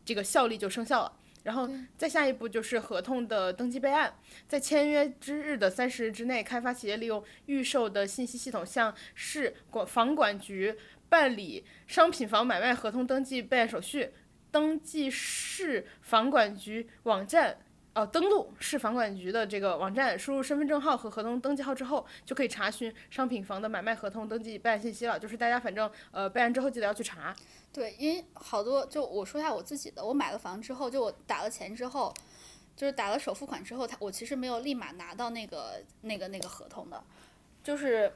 S2: 这个效力就生效了。然后再下一步就是合同的登记备案，在签约之日的三十日之内，开发企业利用预售的信息系统向市管房管局办理商品房买卖合同登记备案手续，登记市房管局网站。哦，登录市房管局的这个网站，输入身份证号和合同登记号之后，就可以查询商品房的买卖合同登记备案信息了。就是大家反正呃备案之后记得要去查。
S1: 对，因为好多就我说一下我自己的，我买了房之后，就我打了钱之后，就是打了首付款之后，他我其实没有立马拿到那个那个那个合同的，就是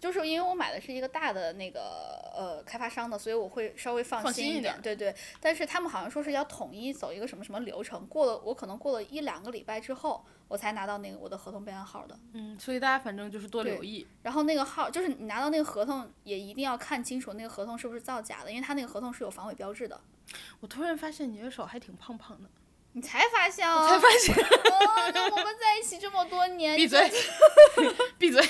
S1: 就是因为我买的是一个大的那个呃开发商的，所以我会稍微放
S2: 放
S1: 心
S2: 心一
S1: 点，对对。但是他们好像说是要统一走一个什么什么流程，过了我可能过了一两个礼拜之后，我才拿到那个我的合同备案号的。
S2: 嗯，所以大家反正就是多
S1: 对
S2: 留意。
S1: 然后那个号就是你拿到那个合同，也一定要看清楚那个合同是不是造假的，因为他那个合同是有防伪标志的。
S2: 我突然发现你的手还挺胖胖的。
S1: 你才发现哦，
S2: 才发现，
S1: 哦，那我们在一起这么多年，
S2: 闭嘴，闭嘴。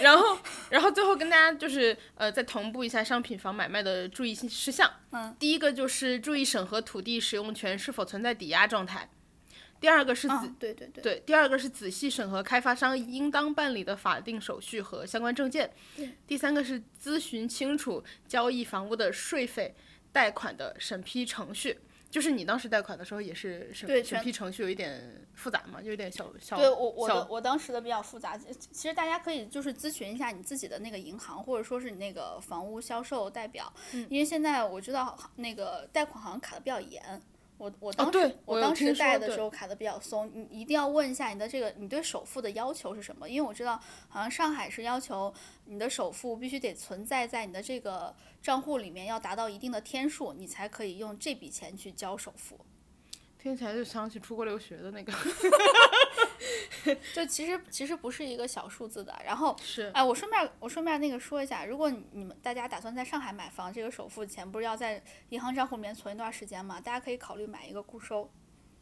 S2: 然后，然后最后跟大家就是呃，再同步一下商品房买卖的注意信事项。
S1: 嗯，
S2: 第一个就是注意审核土地使用权是否存在抵押状态。第二个是仔、
S1: 嗯，对对对，
S2: 对，第二个是仔细审核开发商应当办理的法定手续和相关证件。第三个是咨询清楚交易房屋的税费、贷款的审批程序。就是你当时贷款的时候也是审
S1: 对
S2: 审
S1: 全
S2: 批程序有一点复杂嘛，就有点小小
S1: 对我我的
S2: 小
S1: 我当时的比较复杂，其其实大家可以就是咨询一下你自己的那个银行，或者说是你那个房屋销售代表，
S2: 嗯
S1: 因为现在我知道好那个贷款好像卡的比较严。我我当时、
S2: 啊对我有
S1: 当时
S2: 听说
S1: 贷的
S2: 对
S1: 时候卡的比较松，你一定要问一下你的这个你对首付的要求是什么？因为我知道好像上海是要求你的首付必须得存在在你的这个账户里面，要达到一定的天数，你才可以用这笔钱去交首付。
S2: 听起来就想起出国留学的
S1: (laughs)
S2: 那个
S1: 就其实其实不是一个小数字的。然后
S2: 是
S1: 哎，我顺便我顺便那个说一下，如果你你们大家打算在上海买房，这个首付钱不是要在银行账户里面存一段时间吗？大家可以考虑买一个固收，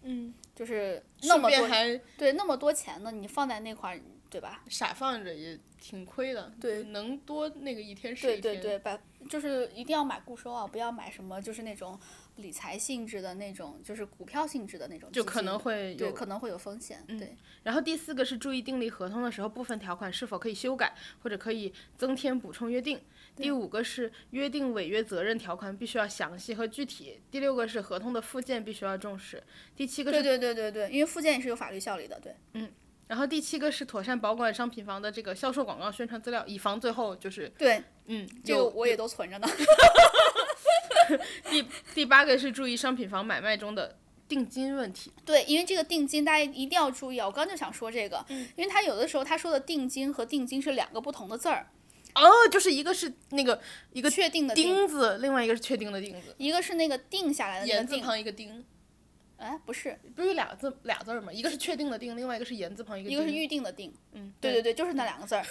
S2: 嗯，
S1: 就是那
S2: 顺
S1: 么
S2: 便
S1: 多
S2: 还
S1: 对那么多钱呢，你放在那块儿，对吧？
S2: 傻放着也挺亏的，
S1: 对
S2: 能多那个一天是
S1: 对
S2: 一天，
S1: 对对，把就是一定要买固收啊，不要买什么就是那种理财性质的那种，就是股票性质的那种基金，
S2: 就可能会
S1: 对
S2: 有嗯
S1: 可能会有风险，对。
S2: 然后第四个是注意订立合同的时候，部分条款是否可以修改或者可以增添补充约定。第五个是约定违约责任条款必须要详细和具体。第六个是合同的附件必须要重视。第七个
S1: 对对
S2: 是，
S1: 对对对，因为附件也是有法律效力的，对
S2: 嗯然后第七个是妥善保管商品房的这个销售广告宣传资料，以防最后就是
S1: 对，
S2: 嗯
S1: 这个
S2: 有
S1: 我也都存着呢。
S2: 第第八个是注意商品房买卖中的定金问题。
S1: 对，因为这个定金大家一定要注意啊！我刚就想说这个，
S2: 嗯
S1: 因为他有的时候他说的定金和定金是两个不同的字儿，
S2: 哦，就是一个是那个一个
S1: 确定的定，
S2: 钉子，另外一个是确定的钉子，
S1: 一个是那个定下来的那
S2: 言
S1: 个
S2: 字
S1: 定，
S2: 旁一个丁。
S1: 哎，不是，
S2: 不是有俩字俩字儿吗？一个是确定的定，另外一个是言字旁一个
S1: 一个是
S2: 丁
S1: 预定的定，
S2: 嗯，
S1: 对对对，就是那两个字
S2: (laughs)
S1: 儿，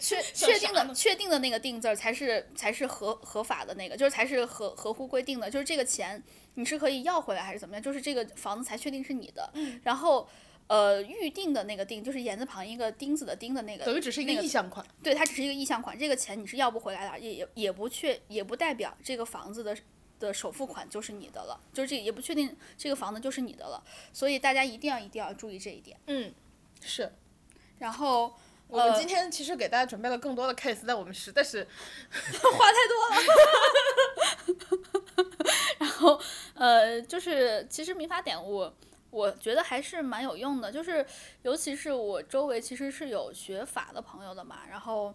S1: 确
S2: 像
S1: 确定
S2: 啥
S1: 的确定的那个定字儿才是才是合合法的那个，就是才是合合乎规定的，就是这个钱你是可以要回来还是怎么样，就是这个房子才确定是你的，
S2: 嗯
S1: 然后。呃，预定的那个定就是言字旁一个钉子的钉的那个，
S2: 等于只是一
S1: 那
S2: 个
S1: 个
S2: 意向款。
S1: 对，它只是一个意向款，这个钱你是要不回来的，也也也不确，也不代表这个房子的的首付款就是你的了，就是这也不确定这个房子就是你的了，所以大家一定要一定要注意这一点。
S2: 嗯，是
S1: 然后
S2: 我们
S1: 呃
S2: 今天其实给大家准备了更多的 case，但我们实在是
S1: (laughs) 话太多了， (laughs) 然后呃，就是其实民法典我。我觉得还是蛮有用的，就是尤其是我周围其实是有学法的朋友的嘛，然后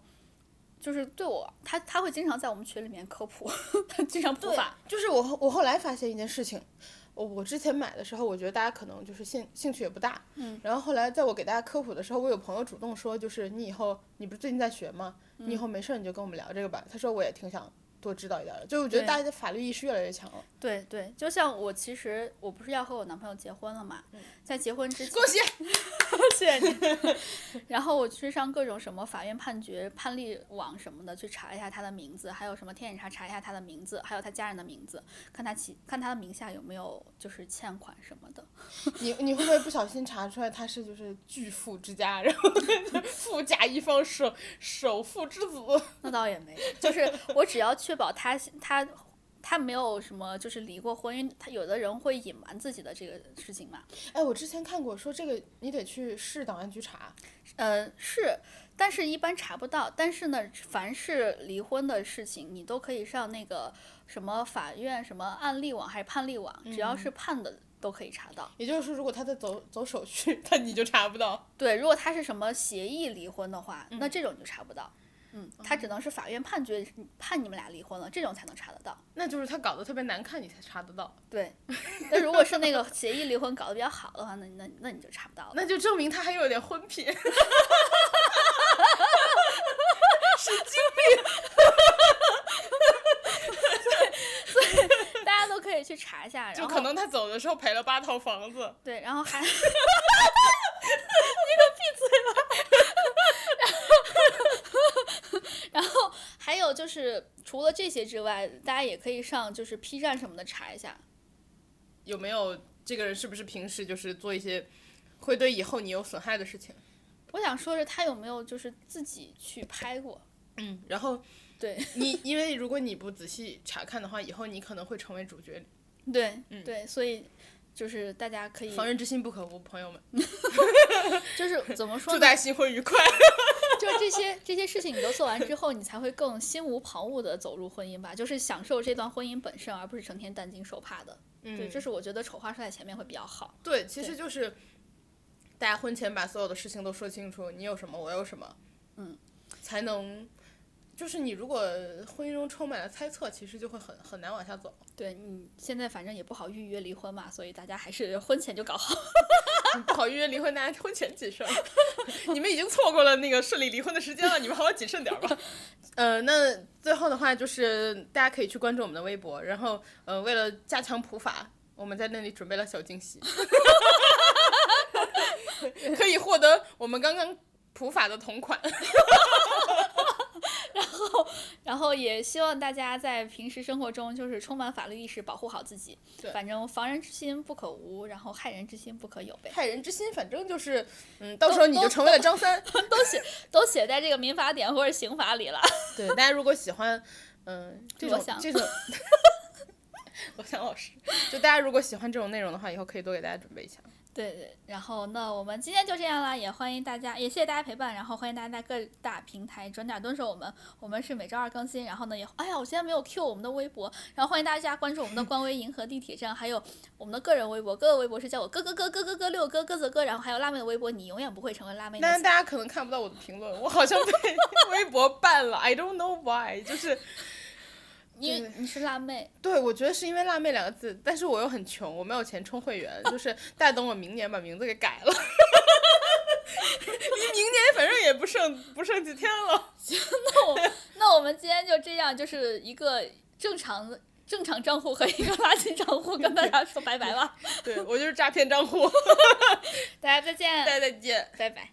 S1: 就是对我他他会经常在我们群里面科普， (laughs) 他经常普法，
S2: 就是我后我后来发现一件事情，我我之前买的时候，我觉得大家可能就是兴兴趣也不大，嗯，然后后来在我给大家科普的时候，我有朋友主动说，就是你以后你不是最近在学吗？你
S1: 嗯
S2: 以后没事儿你就跟我们聊这个吧。他说我也挺想多知道一点儿的，就我觉得
S1: 对
S2: 大家的法律意识越来越强了。
S1: 对对，就像我其实我不是要和我男朋友结婚了嘛，在结婚之前，
S2: 恭喜！
S1: 谢谢你。然后我去上各种什么法院判决、判例网什么的去查一下他的名字，还有什么天眼查查一下他的名字，还有他家人的名字，看他其看他的名下有没有就是欠款什么的。
S2: 你 (laughs) 你会不会不小心查出来他是就是巨富之家，然后 (laughs) 富甲一方首首富之子？
S1: 那倒也没有，就是 (laughs) 我只要确保他他。他没有什么，就是离过婚，因为他有的人会隐瞒自己的这个事情嘛。
S2: 哎，我之前看过说这个你得去市档案局查，
S1: 呃，是，但是一般查不到。但是呢，凡是离婚的事情，你都可以上那个什么法院、什么案例网还是判例网，只要是判的都可以查到。
S2: 也就是说如果他在走走手 (laughs) 续，他你就查不到。
S1: 对，如果他是什么协议离婚的话，那这种你就查不到。嗯，他只能是法院判决判你们俩离婚了，这种才能查得到。
S2: 那就是他搞得特别难看，你才查得到。
S1: 对， (laughs) 那如果是那个协议离婚搞得比较好的话，那那那你就查不到了。
S2: 那就证明他还有点婚品。
S1: (laughs) 大家都可以去查一下，然
S2: 就
S1: 后
S2: 可能他走的时候赔了八套房子。
S1: 对，然后还你给我闭嘴吧。 (laughs) 然后， (laughs) 然后还有就是，除了这些之外，大家也可以上就是 P 站什么的查一下。
S2: 有没有这个人是不是平时就是做一些会对以后你有损害的事情？
S1: 我想说是他有没有就是自己去拍过？
S2: 嗯，然后
S1: 对
S2: (laughs) 你因为如果你不仔细查看的话，以后你可能会成为主角。
S1: 对、对，所以就是大家可以
S2: 防人之心不可无，朋友们，
S1: 就是怎么说
S2: 祝
S1: 呢？
S2: 大家新婚愉快。
S1: 就是这些这些事情你都做完之后，你才会更心无旁骛的走入婚姻吧，就是享受这段婚姻本身，而不是成天担惊受怕的。
S2: 嗯，
S1: 对，这是我觉得丑话说在前面会比较好。
S2: 对，其实就是大家婚前把所有的事情都说清楚，你有什么，我有什么，
S1: 嗯，
S2: 才能就是你如果婚姻中充满了猜测，其实就会很很难往下走。
S1: 对你现在反正也不好预约离婚嘛，所以大家还是婚前就搞好。
S2: 不好预约离婚，大家婚前谨慎。 (laughs) 你们已经错过了那个顺利离婚的时间了，你们好好谨慎点儿吧。 (laughs) 呃，那最后的话就是大家可以去关注我们的微博，然后呃，为了加强普法，我们在那里准备了小惊 (laughs) 喜，可以获得我们刚刚普法的同款。
S1: 然后也希望大家在平时生活中就是充满法律意识，保护好自己。
S2: 对
S1: 反正防人之心不可无，然后害人之心不可有呗。
S2: 害人之心，反正就是，嗯，到时候你就成为了张三。
S1: 都写都写在这个民法典或者刑法里了。
S2: 对，大家如果喜欢，嗯、这
S1: 罗
S2: 种
S1: 翔
S2: 这种，罗翔老师，就大家如果喜欢这种内容的话，以后可以多给大家准备一下。
S1: 对对，然后那我们今天就这样啦，也欢迎大家，也谢谢大家陪伴，然后欢迎大家在各大平台转点蹲守我们，我们是每周二更新，然后呢也，哎呀，我现在没有 Q 我们的微博，然后欢迎大家关注我们的官微银河地铁站，还有我们的个人微博，个人微博是叫我哥哥哥哥哥哥六哥鸽子哥，然后还有辣妹的微博，你永远不会成为辣妹的
S2: 但是大家可能看不到我的评论，我好像被微博办了，I don't know why，就是
S1: 你，因为你是辣妹， (laughs)
S2: 对我觉得是因为“辣妹”两个字，但是我又很穷，我没有钱充会员，就是大家等我明年把名字给改了， (laughs) 离明年反正也不剩不剩几天了。
S1: 那我那我们今天就这样，就是一个正常的正常账户和一个垃圾账户，跟大家说拜拜了，
S2: 对我就是诈骗账户，
S1: 大家再
S2: 大
S1: 见，
S2: 家再见。
S1: 拜拜。